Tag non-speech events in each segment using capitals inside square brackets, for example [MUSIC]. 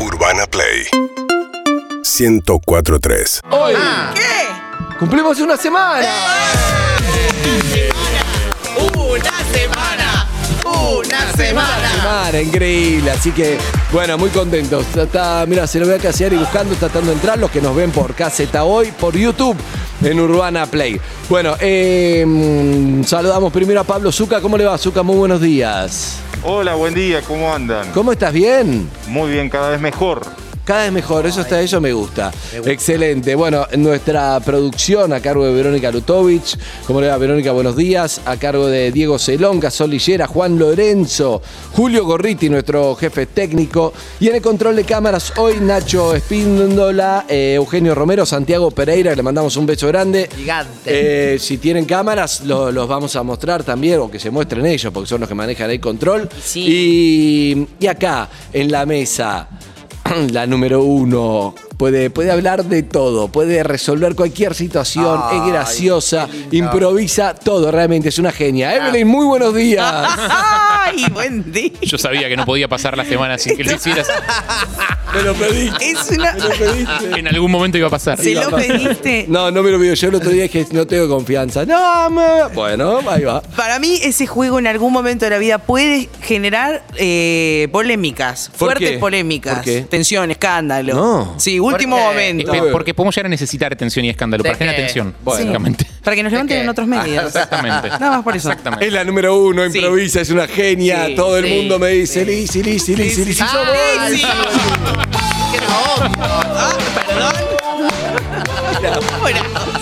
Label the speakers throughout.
Speaker 1: Urbana Play 1043.
Speaker 2: Hoy
Speaker 3: ¿Qué?
Speaker 2: Ah.
Speaker 3: Eh,
Speaker 2: cumplimos una semana.
Speaker 3: Una semana. Una semana.
Speaker 2: Semana, increíble. Así que, bueno, muy contentos. Está, está- mira, se lo voy a casear y buscando, tratando de entrar los que nos ven por KZ hoy, por YouTube, en Urbana Play. Bueno, eh, mm, saludamos primero a Pablo Zuca. ¿Cómo le va, Zuca? Muy buenos días.
Speaker 4: Hola, buen día, ¿cómo andan?
Speaker 2: ¿Cómo estás? ¿Bien?
Speaker 4: Muy bien, cada vez mejor.
Speaker 2: Cada vez mejor, eso está, eso me gusta. Excelente. Bueno, nuestra producción a cargo de Verónica Lutovich. ¿Cómo le va, Verónica? Buenos días. A cargo de Diego Celonca, Sol Lillera, Juan Lorenzo, Julio Gorriti, nuestro jefe técnico. Y en el control de cámaras hoy, Nacho Espíndola, eh, Eugenio Romero, Santiago Pereira, que le mandamos un beso grande.
Speaker 3: Gigante.
Speaker 2: Eh, si tienen cámaras, lo- los vamos a mostrar también, o que se muestren ellos, porque son los que manejan el control.
Speaker 3: Sí.
Speaker 2: Y, y acá, en la mesa, [CLEARS THROAT] la número uno. Puede, puede hablar de todo, puede resolver cualquier situación, es graciosa, improvisa todo, realmente es una genia. Evelyn, muy buenos [LAUGHS] días.
Speaker 3: Ay, buen día.
Speaker 5: Yo sabía que no podía pasar la semana sin que lo hicieras.
Speaker 2: Te lo pediste.
Speaker 3: Es una.
Speaker 2: Te lo pediste.
Speaker 5: En algún momento iba a pasar.
Speaker 3: Se [LAUGHS] lo pediste.
Speaker 2: No, no me lo pido. Yo el otro día dije, no tengo confianza. No, me- bueno, ahí va.
Speaker 3: Para mí, ese juego en algún momento de la vida puede generar eh, polémicas,
Speaker 2: ¿Por
Speaker 3: fuertes
Speaker 2: qué?
Speaker 3: polémicas,
Speaker 2: ¿Por qué?
Speaker 3: tensión, escándalo.
Speaker 2: No.
Speaker 3: Sí, último
Speaker 6: Porque-
Speaker 3: momento.
Speaker 5: Espe- Porque podemos llegar a necesitar atención y escándalo.
Speaker 6: ¿De
Speaker 5: Para generar
Speaker 6: qué?
Speaker 5: atención,
Speaker 2: Bueno.
Speaker 5: básicamente.
Speaker 3: Para que nos levanten en otros medios.
Speaker 5: Exactamente.
Speaker 3: Nada más por eso.
Speaker 5: Exactamente.
Speaker 2: Es la número uno, improvisa, es una genia.
Speaker 3: Sí,
Speaker 2: Todo el
Speaker 6: sí,
Speaker 2: mundo me dice, Lisi, Lisi, Lisi, Lisi.
Speaker 6: Ah,
Speaker 2: somos-
Speaker 6: sí. Qué obvio.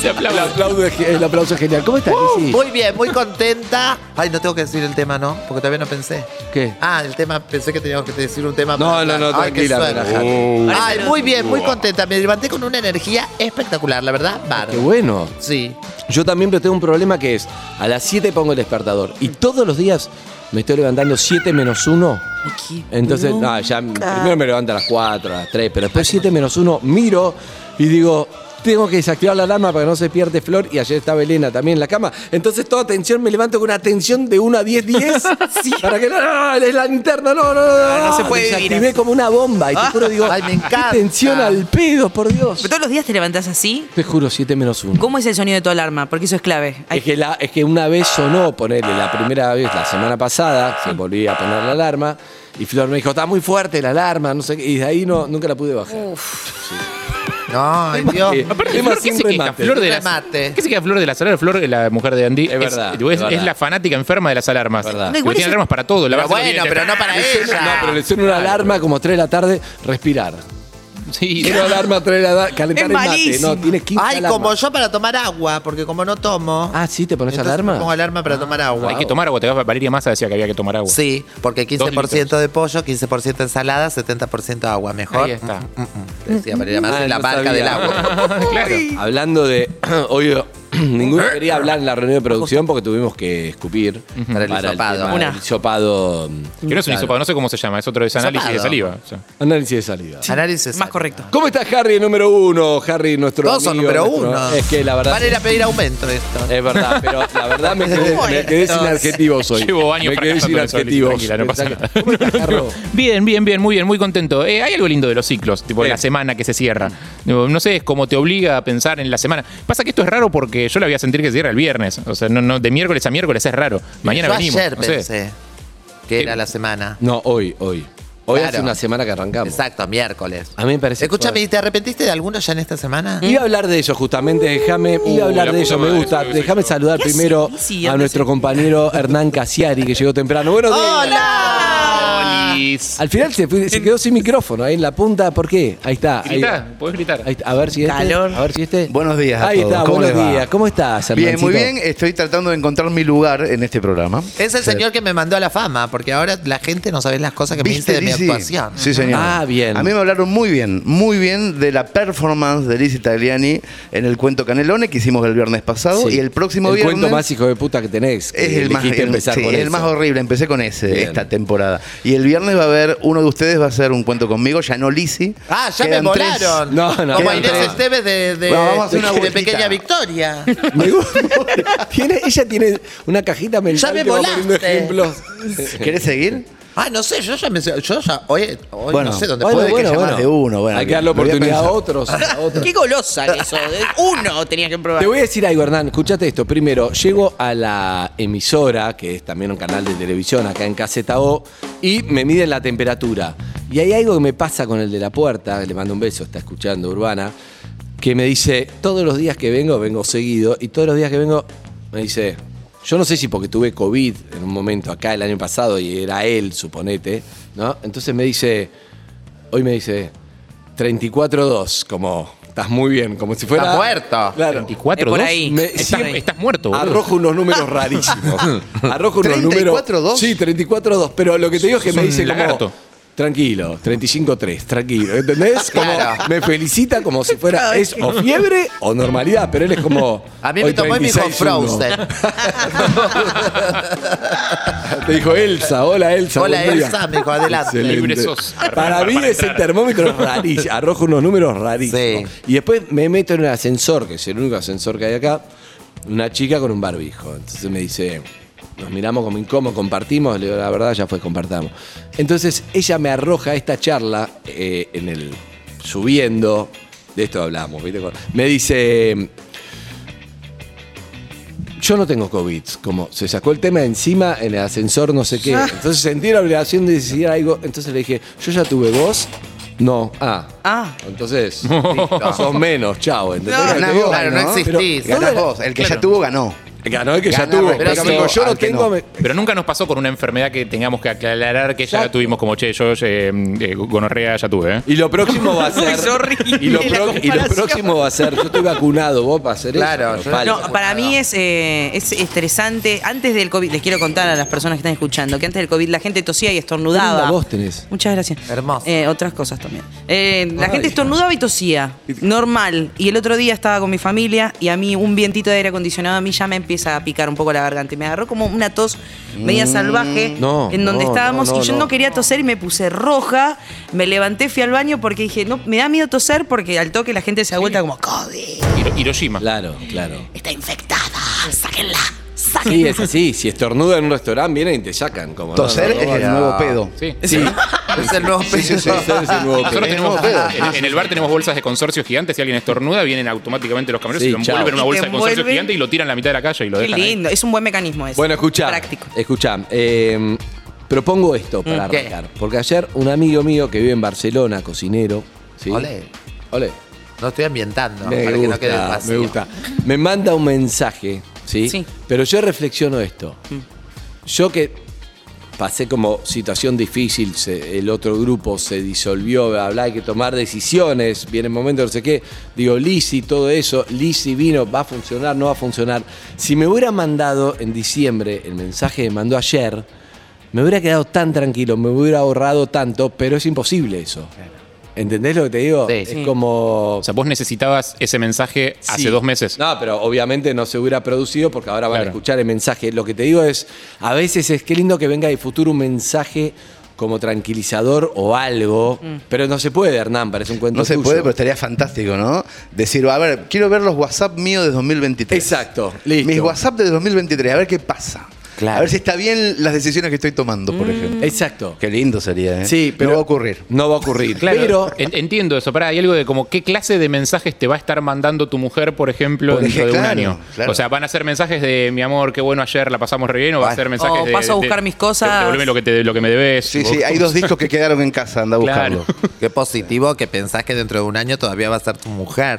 Speaker 5: Se aplaude.
Speaker 2: El aplauso, es- el aplauso es genial. ¿Cómo estás, Lisi?
Speaker 6: Muy bien, muy contenta. Ay, no tengo que decir el tema, ¿no? Porque todavía no pensé.
Speaker 2: ¿Qué?
Speaker 6: Ah, el tema, pensé que teníamos que decir un tema.
Speaker 2: No,
Speaker 6: para
Speaker 2: no, no,
Speaker 6: hablar. Ay, qué
Speaker 2: tranquila,
Speaker 6: suerte.
Speaker 2: relajate.
Speaker 6: Ay, muy bien, muy contenta. Me levanté con una energía espectacular, la verdad.
Speaker 2: Qué
Speaker 6: Bárbaro.
Speaker 2: bueno.
Speaker 6: Sí.
Speaker 2: Yo también pero tengo un problema que es, a las 7 pongo el despertador y todos los días me estoy levantando 7 menos 1. Entonces, no, ya primero me levanto a las 4, a las 3, pero después 7 menos 1 miro y digo, tengo que desactivar la alarma para que no se pierde Flor y ayer estaba Elena también en la cama. Entonces toda tensión, me levanto con una tensión de 1 a 10, 10. Para que no, no, no, es la linterna, no, no, no,
Speaker 3: No se puede vivir
Speaker 2: Desactivé
Speaker 3: así.
Speaker 2: como una bomba y te juro, digo,
Speaker 6: Ay, me
Speaker 2: qué
Speaker 6: encanta.
Speaker 2: tensión al pedo, por Dios.
Speaker 3: ¿Todos los días te levantás así?
Speaker 2: Te juro, 7 menos 1.
Speaker 3: ¿Cómo es el sonido de tu alarma? Porque eso es clave. Hay
Speaker 2: Es que, la- es que una vez sonó, ponerle la primera vez, la semana pasada, se volvía a poner la alarma, y Flor me dijo, está muy fuerte la alarma, no sé qué, y de ahí no, nunca la pude bajar.
Speaker 6: Oh. No, ay, Dios.
Speaker 2: Eh,
Speaker 5: Aparte,
Speaker 2: es
Speaker 5: Flor,
Speaker 2: más
Speaker 5: ¿qué
Speaker 2: un
Speaker 5: se queja?
Speaker 2: remate.
Speaker 5: Flor de las,
Speaker 6: Remate.
Speaker 5: ¿Qué se queja Flor de las alarmas? Flor, la mujer de Andy,
Speaker 2: Es verdad, es
Speaker 5: es,
Speaker 2: verdad.
Speaker 5: la fanática enferma de las alarmas.
Speaker 2: verdad.
Speaker 3: No,
Speaker 5: Pero
Speaker 3: igual
Speaker 5: tiene
Speaker 3: eso-
Speaker 5: alarmas para todo.
Speaker 6: Pero
Speaker 5: lavarse los
Speaker 6: bueno,
Speaker 5: dientes.
Speaker 6: pero no para
Speaker 2: No, pero le
Speaker 6: ella.
Speaker 2: suena una alarma como 3 de la tarde, respirar.
Speaker 5: Sí,
Speaker 2: Tiene una alarma 3 de la tarde, calentar
Speaker 3: Es
Speaker 2: el mate.
Speaker 3: malísimo.
Speaker 2: No, tiene 15
Speaker 6: Ay,
Speaker 2: alarmas.
Speaker 6: como yo para tomar agua, porque como no tomo.
Speaker 2: Ah, ¿sí? ¿Te pones
Speaker 6: entonces
Speaker 2: alarma? Ah.
Speaker 6: me Pongo alarma para tomar agua.
Speaker 5: hay que tomar agua. Te vas, Valeria Massa decía que había que tomar agua.
Speaker 6: Sí, porque
Speaker 5: Dos
Speaker 6: 15%
Speaker 5: litros.
Speaker 6: de pollo, 15% ensalada, 70% agua. Mejor.
Speaker 5: Ahí está.
Speaker 6: Mm, mm, mm. Decía Valeria Massa,
Speaker 2: Ah,
Speaker 6: la
Speaker 2: no
Speaker 6: marca
Speaker 2: sabía.
Speaker 6: del agua.
Speaker 5: [LAUGHS] claro.
Speaker 2: Hablando de. [CLEARS THROAT] Hoy
Speaker 6: [CLEARS THROAT]
Speaker 2: ninguno quería hablar en la reunión de producción porque tuvimos que escupir
Speaker 6: Para el hisopado.
Speaker 2: tema
Speaker 3: Una.
Speaker 2: del hisopado,
Speaker 5: Que no es un
Speaker 2: claro.
Speaker 5: hisopado, no sé cómo se llama. Es otro es análisis de
Speaker 6: Hisopado.
Speaker 5: saliva. o sea.
Speaker 2: Análisis de salida.
Speaker 6: Análisis.
Speaker 3: más correcto.
Speaker 2: ¿Cómo está Harry número uno? Harry, nuestro
Speaker 6: Todos son
Speaker 2: amigo,
Speaker 6: número
Speaker 2: nuestro-
Speaker 6: uno.
Speaker 2: Es que la verdad. Eh,
Speaker 6: Van a ir a pedir aumento esto.
Speaker 2: Es verdad, pero la verdad me quedé,
Speaker 6: ¿Cómo
Speaker 2: me
Speaker 6: es?
Speaker 2: quedé sin adjetivos hoy.
Speaker 5: Llevo años
Speaker 2: me quedé sin
Speaker 5: fracasando en eso,
Speaker 2: adjetivos.
Speaker 5: tranquila, no pasa nada.
Speaker 2: ¿Cómo está, Jarro?
Speaker 5: [LAUGHS] Bien, bien, bien, muy bien, muy contento. Eh, hay algo lindo de los ciclos, tipo
Speaker 2: Sí.
Speaker 5: la semana que se cierra. Digo, No sé, es como te obliga a pensar en la semana. Pasa que esto es raro porque yo la voy a sentir que se cierra el viernes. O sea, no, no, de miércoles a miércoles es raro. Mañana
Speaker 6: Yo
Speaker 5: venimos.
Speaker 6: ayer
Speaker 5: no sé.
Speaker 6: pensé que era la semana.
Speaker 2: [LAUGHS] No, hoy, hoy. Hoy hace
Speaker 6: Claro.
Speaker 2: una semana que arrancamos.
Speaker 6: Exacto, miércoles.
Speaker 2: A mí me parece
Speaker 6: Escúchame,
Speaker 2: suave.
Speaker 6: ¿y te arrepentiste de alguno ya en esta semana?
Speaker 2: Iba a hablar de eso, justamente, déjame, iba a hablar
Speaker 5: la
Speaker 2: de
Speaker 5: puta
Speaker 2: eso, me
Speaker 5: madre,
Speaker 2: gusta.
Speaker 5: eso hubiese
Speaker 2: Déjame
Speaker 5: hecho.
Speaker 2: saludar
Speaker 3: ¿Qué hace
Speaker 2: primero
Speaker 3: Lizzy?
Speaker 2: a
Speaker 3: ¿Dónde
Speaker 2: nuestro
Speaker 3: se-
Speaker 2: compañero Hernán Casiari, que llegó temprano. Buenos días.
Speaker 5: Olis.
Speaker 2: Al final se, fue- se quedó sin micrófono, ahí en la punta, ¿por qué? Ahí está. Ahí
Speaker 5: Gritá,
Speaker 2: está.
Speaker 5: podés gritar.
Speaker 2: Ahí está, a ver si este.
Speaker 3: Calor.
Speaker 2: A ver si este.
Speaker 7: Buenos días a
Speaker 2: Ahí
Speaker 7: todos.
Speaker 2: está,
Speaker 7: ¿Cómo
Speaker 2: buenos
Speaker 7: les va?
Speaker 2: días. ¿Cómo estás,
Speaker 7: Bien, muy bien.
Speaker 2: Hernancito?
Speaker 7: Estoy tratando de encontrar mi lugar en este programa.
Speaker 6: Es el señor que me mandó a la fama, porque ahora la gente no sabe las cosas que me dice de mi
Speaker 7: Lizzy?
Speaker 6: actuación.
Speaker 7: Sí, señor.
Speaker 2: Ah, bien.
Speaker 7: A mí me hablaron muy bien, muy bien de la performance de Liz Italiani en el cuento Canelone que hicimos el viernes pasado.
Speaker 2: Sí.
Speaker 7: Y el próximo
Speaker 2: el
Speaker 7: viernes.
Speaker 2: cuento más hijo de puta que tenés.
Speaker 7: Es
Speaker 2: que
Speaker 7: el más,
Speaker 2: elegiste
Speaker 7: el-
Speaker 2: empezar
Speaker 7: sí,
Speaker 2: con
Speaker 7: el
Speaker 2: eso. [LAUGHS]
Speaker 7: más horrible, empecé con ese
Speaker 2: Bien.
Speaker 7: esta temporada. Y el viernes va a haber, uno de ustedes va a hacer un cuento conmigo, ya no Lizzy.
Speaker 6: Ah, ya
Speaker 7: Quedan
Speaker 6: me
Speaker 7: tres.
Speaker 6: volaron.
Speaker 2: No, no,
Speaker 6: Como
Speaker 2: quedan
Speaker 6: Inés
Speaker 2: tres.
Speaker 6: Esteves de, de,
Speaker 7: Bueno, vamos a hacer
Speaker 6: de-
Speaker 7: una
Speaker 6: de
Speaker 7: vueltita.
Speaker 6: Pequeña Victoria.
Speaker 2: Me gusta. Tiene- ella tiene una cajita mental
Speaker 6: Ya me
Speaker 2: que va poniendo
Speaker 6: volaste.
Speaker 2: ejemplos.
Speaker 7: ¿Querés seguir?
Speaker 6: Ah, no sé, yo ya me. Yo ya. Hoy, hoy
Speaker 7: Bueno,
Speaker 6: no sé dónde
Speaker 7: bueno,
Speaker 6: puede que
Speaker 7: bueno,
Speaker 6: haya
Speaker 7: bueno.
Speaker 6: más
Speaker 7: de uno, bueno,
Speaker 2: Hay que
Speaker 7: bien,
Speaker 2: darle
Speaker 7: lo voy a
Speaker 2: oportunidad a
Speaker 7: pensar.
Speaker 2: otros. a otros.
Speaker 3: Qué golosa
Speaker 2: [LAUGHS]
Speaker 3: que sos. Uno tenías que probar.
Speaker 2: Te voy a decir algo, Hernán. Escuchate esto. Primero, llego a la emisora, que es también un canal de televisión acá en Caseta O, y me miden la temperatura. Y hay algo que me pasa con el de la puerta, le mando un beso, está escuchando Urbana, que me dice, todos los días que vengo, vengo seguido, y todos los días que vengo, me dice, yo no sé si porque tuve COVID en un momento acá el año pasado y era él, suponete, ¿no? Entonces me dice, hoy me dice, 34-2, como... Estás muy bien, como si fuera.
Speaker 6: Está muerto.
Speaker 2: Claro.
Speaker 5: 24
Speaker 3: Es por
Speaker 5: dos.
Speaker 3: ahí.
Speaker 2: Me-
Speaker 5: estás,
Speaker 2: siempre-
Speaker 5: estás muerto, boludo.
Speaker 2: Arrojo unos números
Speaker 5: [LAUGHS]
Speaker 2: rarísimos. Arrojo unos números.
Speaker 7: 34-2.
Speaker 2: Sí, 34-2. Pero lo que te digo es que
Speaker 5: Sos
Speaker 2: me
Speaker 5: un
Speaker 2: dice
Speaker 5: lagarto.
Speaker 2: como. Tranquilo, 35-3, tranquilo. ¿Entendés? Como
Speaker 6: Claro.
Speaker 2: me felicita como si fuera es o fiebre o normalidad, pero él es como.
Speaker 6: A mí
Speaker 2: hoy
Speaker 6: me tomó y me dijo
Speaker 2: 36-1.
Speaker 6: Frozen.
Speaker 2: Te dijo Elsa, hola Elsa.
Speaker 6: Hola,
Speaker 2: buen día.
Speaker 6: Elsa, me dijo, adelante.
Speaker 2: Excelente.
Speaker 5: Libre sos.
Speaker 2: Para mí ese termómetro es rarísimo, arroja unos números rarísimos. Y después me meto en el ascensor, que es el único ascensor que hay acá, una chica con un barbijo. Entonces me dice, nos miramos como incómodos, compartimos, le digo, la verdad ya fue, compartamos. Entonces ella me arroja esta charla eh, en el subiendo, de esto hablamos, ¿viste? me dice... Yo no tengo COVID, como se sacó el tema de encima en el ascensor, no sé qué. Entonces sentí la obligación de decir algo. Entonces le dije, yo ya tuve voz. No, ah.
Speaker 3: Ah.
Speaker 2: Entonces, listo, sos menos, chao. ¿entendés?
Speaker 3: No,
Speaker 2: Te
Speaker 7: Ganás
Speaker 2: digo,
Speaker 7: vos,
Speaker 6: Claro, no
Speaker 7: ¿no?
Speaker 6: existís.
Speaker 2: Pero-
Speaker 7: Ganás vos. El que
Speaker 5: Claro.
Speaker 7: ya tuvo, ganó.
Speaker 2: Ganó el que ya
Speaker 7: Gana
Speaker 2: tuvo.
Speaker 7: respecto
Speaker 2: Pero amigo, yo no
Speaker 7: al que
Speaker 2: tengo.
Speaker 7: no.
Speaker 2: me-
Speaker 5: Pero nunca nos pasó con una enfermedad que tengamos que aclarar que ya
Speaker 2: Exacto.
Speaker 5: tuvimos como, che, yo eh, eh, gonorrea ya tuve, ¿eh?
Speaker 2: Y lo próximo va a ser.
Speaker 3: Es horrible
Speaker 2: y, lo pro-
Speaker 3: la
Speaker 2: y lo
Speaker 3: comparación.
Speaker 2: próximo va a ser. Yo estoy vacunado, vos para hacer
Speaker 6: Claro,
Speaker 2: eso.
Speaker 6: yo-
Speaker 2: Pero falta.
Speaker 3: No, para mí es, eh, es estresante. Antes del COVID, les quiero contar a las personas que están escuchando que antes del COVID la gente tosía y
Speaker 2: Qué
Speaker 3: estornudaba.
Speaker 2: linda voz tenés.
Speaker 3: Muchas gracias.
Speaker 6: Hermoso.
Speaker 3: Eh, otras cosas también. Eh, la
Speaker 2: Ay.
Speaker 3: gente estornudaba y tosía. Normal. Y el otro día estaba con mi familia y a mí un vientito de aire acondicionado a mí ya me empieza a picar un poco la garganta. Y me agarró como una tos media salvaje
Speaker 2: Mm. No,
Speaker 3: en donde
Speaker 2: no,
Speaker 3: estábamos
Speaker 2: no, no,
Speaker 3: y yo
Speaker 2: no.
Speaker 3: no quería toser y me puse roja. Me levanté, fui al baño porque dije, no, me da miedo toser porque al toque la gente se da vuelta como, COVID,
Speaker 5: Hiro- Hiroshima.
Speaker 2: Claro, claro.
Speaker 3: está infectada, sáquenla, sáquenla.
Speaker 2: Sí, es así. Si estornuda en un restaurante, vienen y te sacan. Como, no,
Speaker 7: Toser
Speaker 2: no,
Speaker 7: es
Speaker 2: no,
Speaker 7: el
Speaker 2: no.
Speaker 7: nuevo pedo.
Speaker 5: Sí.
Speaker 2: Sí,
Speaker 6: Es el nuevo
Speaker 2: sí, sí, sí, toser es el nuevo pedo.
Speaker 5: Nosotros tenemos,
Speaker 7: Nuevo pedo.
Speaker 5: en, en el bar tenemos bolsas de consorcio gigantes. Si alguien estornuda, vienen automáticamente los camioneros
Speaker 2: Sí,
Speaker 5: y lo envuelven
Speaker 2: chao.
Speaker 5: en una
Speaker 3: Y
Speaker 5: bolsa
Speaker 3: te
Speaker 5: de consorcio
Speaker 3: envuelven.
Speaker 5: gigante y lo tiran en la mitad de la calle y lo
Speaker 3: Qué
Speaker 5: dejan. ahí.
Speaker 3: lindo, es un buen mecanismo ese.
Speaker 2: Bueno, escuchá.
Speaker 3: Práctico.
Speaker 2: Escuchá. eh, Propongo esto para
Speaker 6: ¿qué?
Speaker 2: arrancar. Porque ayer un amigo mío que vive en Barcelona, cocinero. ¿sí?
Speaker 6: Ole.
Speaker 2: Ole.
Speaker 6: No estoy ambientando
Speaker 2: me
Speaker 6: para
Speaker 2: gusta,
Speaker 6: que no quede vacío.
Speaker 2: me gusta. Me manda un mensaje, ¿sí?
Speaker 3: Sí.
Speaker 2: Pero yo reflexiono esto. Yo que pasé como situación difícil, se- el otro grupo se disolvió, bla, bla, hay que tomar decisiones, viene el momento, no sé qué. Digo, Lisi, todo eso, Lisi vino, va a funcionar, no va a funcionar. Si me hubiera mandado en diciembre el mensaje que mandó ayer, me hubiera quedado tan tranquilo, me hubiera ahorrado tanto, pero es imposible eso. ¿Entendés lo que te digo?
Speaker 6: Sí.
Speaker 2: es
Speaker 6: Sí.
Speaker 2: como...
Speaker 5: O sea, vos necesitabas ese mensaje hace
Speaker 2: Sí.
Speaker 5: dos meses.
Speaker 2: No, pero obviamente no se hubiera producido porque ahora van a
Speaker 5: Claro.
Speaker 2: escuchar el mensaje. Lo que te digo es, a veces es que lindo que venga de futuro un mensaje como tranquilizador o algo, pero no se puede, Hernán, parece un cuento
Speaker 7: No se
Speaker 2: tuyo.
Speaker 7: puede, pero estaría fantástico, ¿no? Decir, a ver, quiero ver los WhatsApp míos de 2023.
Speaker 2: Exacto, listo.
Speaker 7: Mis WhatsApp de 2023, a ver qué pasa.
Speaker 2: Claro.
Speaker 7: A ver si está bien las decisiones que estoy tomando, por ejemplo.
Speaker 2: Exacto.
Speaker 7: Qué lindo sería, ¿eh?
Speaker 2: Sí, pero
Speaker 7: No va a ocurrir.
Speaker 2: No va a ocurrir,
Speaker 5: Claro, Eh,
Speaker 2: pero [LAUGHS]
Speaker 5: en- entiendo eso. Pará, hay algo de como qué clase de mensajes te va a estar mandando tu mujer, por ejemplo,
Speaker 7: Porque,
Speaker 5: dentro de un
Speaker 7: claro,
Speaker 5: año.
Speaker 7: claro.
Speaker 5: O sea, van a ser mensajes de mi amor, qué bueno ayer, la pasamos re bien, o va a ser mensajes
Speaker 3: O
Speaker 5: de.
Speaker 3: paso a
Speaker 5: de-
Speaker 3: buscar mis
Speaker 5: de-
Speaker 3: cosas.
Speaker 5: devolveme lo que, te- lo que me debes.
Speaker 7: Sí,
Speaker 5: o-
Speaker 7: sí, hay dos discos que quedaron en casa, anda a
Speaker 5: Claro.
Speaker 7: buscarlo.
Speaker 6: [LAUGHS] Qué positivo que pensás que dentro de un año todavía va a ser tu mujer.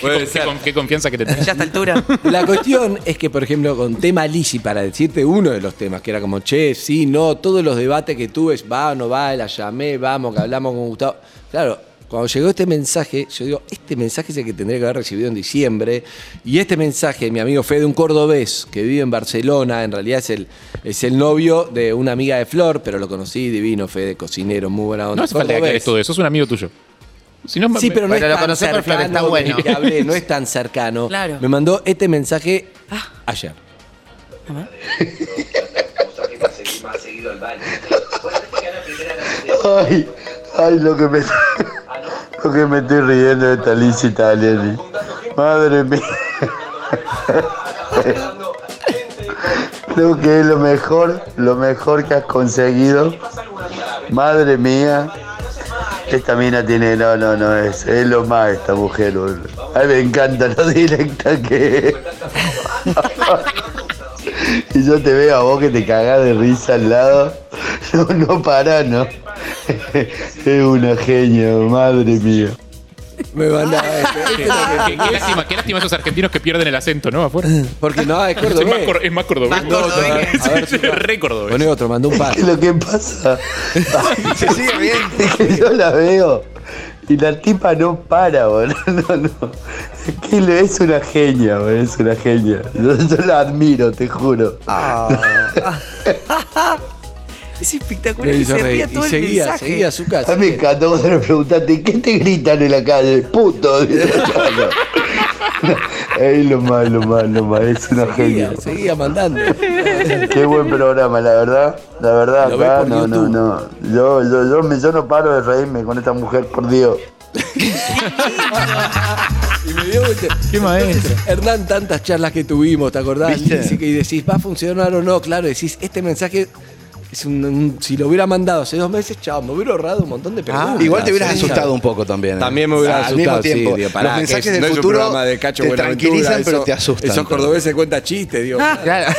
Speaker 2: puede
Speaker 5: Qué,
Speaker 2: ser.
Speaker 5: con- qué confianza que te tenés.
Speaker 3: Ya a esta altura.
Speaker 2: La cuestión es que, por ejemplo, con tema Lisi, para decirte uno de los temas, que era como, che, sí, no, todos los debates que tuve, es, va o no va, la llamé, vamos, que hablamos con Gustavo. Claro, cuando llegó este mensaje, yo digo, este mensaje es el que tendría que haber recibido en diciembre. Y este mensaje, mi amigo Fede, un cordobés que vive en Barcelona, en realidad es el, es el novio de una amiga de Flor, pero lo conocí, divino, Fede, cocinero, muy buena onda.
Speaker 5: No hace falta que
Speaker 2: Cordobés.
Speaker 5: aclares todo eso, es un amigo tuyo. Si no, me-
Speaker 2: Sí, pero no
Speaker 6: Pero
Speaker 2: es
Speaker 6: lo
Speaker 2: tan
Speaker 6: conocés por Flor,
Speaker 2: cercano.
Speaker 6: está bueno.
Speaker 2: que hablé, no es tan cercano.
Speaker 3: Claro.
Speaker 2: Me mandó este mensaje
Speaker 3: Ah,
Speaker 2: ayer.
Speaker 1: Ay, ay, lo que me, [LAUGHS] lo que me estoy riendo de esta Liz Italiani. Madre mía. Creo que es lo mejor, lo mejor que has conseguido. Madre mía. Esta mina tiene, no, no, no, es, es lo más esta mujer. boludo. A mí me encanta lo directa que es. Y yo te veo a vos que te cagás de risa al lado. [LAUGHS] No, no pará, no. [LAUGHS] Es una genio, madre mía.
Speaker 2: Me este, van a.
Speaker 3: Ah.
Speaker 5: Qué, qué- qué lástima, qué lástima esos argentinos que pierden el acento, ¿no? Afuera.
Speaker 2: Porque no, es
Speaker 5: Es más,
Speaker 2: cordobés.
Speaker 5: cor- es más cordobés.
Speaker 6: Más cordobés.
Speaker 2: A ver,
Speaker 5: [LAUGHS] Sí,
Speaker 2: Zucca.
Speaker 5: re cordobés.
Speaker 2: Poné otro, mandó un
Speaker 3: [LAUGHS]
Speaker 2: par.
Speaker 1: ¿Qué es lo que pasa?
Speaker 7: [LAUGHS] Se sigue bien.
Speaker 1: Es que yo la veo y la tipa no para, boludo. [LAUGHS] No, no. Es que le- es una genia, boludo, es una genia. Yo, yo la admiro, te juro.
Speaker 7: Ah,
Speaker 3: Es
Speaker 2: Le
Speaker 3: espectacular. Y
Speaker 2: hizo
Speaker 3: se
Speaker 2: reír.
Speaker 3: ría
Speaker 2: Y
Speaker 3: todo el
Speaker 2: seguía,
Speaker 3: mensaje.
Speaker 2: seguía a su casa.
Speaker 1: A mí me encantó cuando le preguntaste, ¿qué te gritan en la calle? Puto. dice, no, no. [LAUGHS] Es lo más, lo más, lo más, es una genia.
Speaker 2: Seguía, seguía
Speaker 3: [LAUGHS]
Speaker 2: mandando.
Speaker 1: [LAUGHS] Qué buen programa, la verdad. La verdad,
Speaker 2: Lo ves
Speaker 1: acá,
Speaker 2: por
Speaker 1: no, no,
Speaker 2: YouTube.
Speaker 1: no. Yo, yo, yo, me- yo no paro de reírme con esta mujer, por Dios.
Speaker 2: Y me dio vuelta.
Speaker 5: Qué maestro.
Speaker 2: Hernán, tantas charlas que tuvimos, ¿te acordás?
Speaker 7: ¿Viste?
Speaker 2: Así que- Y decís, ¿va a funcionar o no? Claro, decís, este mensaje, es un- un- si lo hubiera mandado hace dos meses, chao, me hubiera ahorrado un montón de preguntas.
Speaker 7: Ah, Igual te hubieras
Speaker 2: Ah, Sí,
Speaker 7: asustado
Speaker 2: ya.
Speaker 7: un poco también. ¿eh?
Speaker 2: También me hubiera
Speaker 7: Al
Speaker 2: asustado,
Speaker 7: mismo tiempo,
Speaker 2: sí, digo, pará,
Speaker 7: los
Speaker 2: que
Speaker 7: mensajes
Speaker 2: es-
Speaker 7: del
Speaker 2: no es un
Speaker 7: futuro
Speaker 2: programa de Cacho
Speaker 7: te
Speaker 2: Buenaventura,
Speaker 7: tranquilizan, pero
Speaker 2: eso-
Speaker 7: te asustan.
Speaker 2: Esos cordobeses cuentan chistes, [LAUGHS] digo.
Speaker 3: Ah,
Speaker 6: Claro.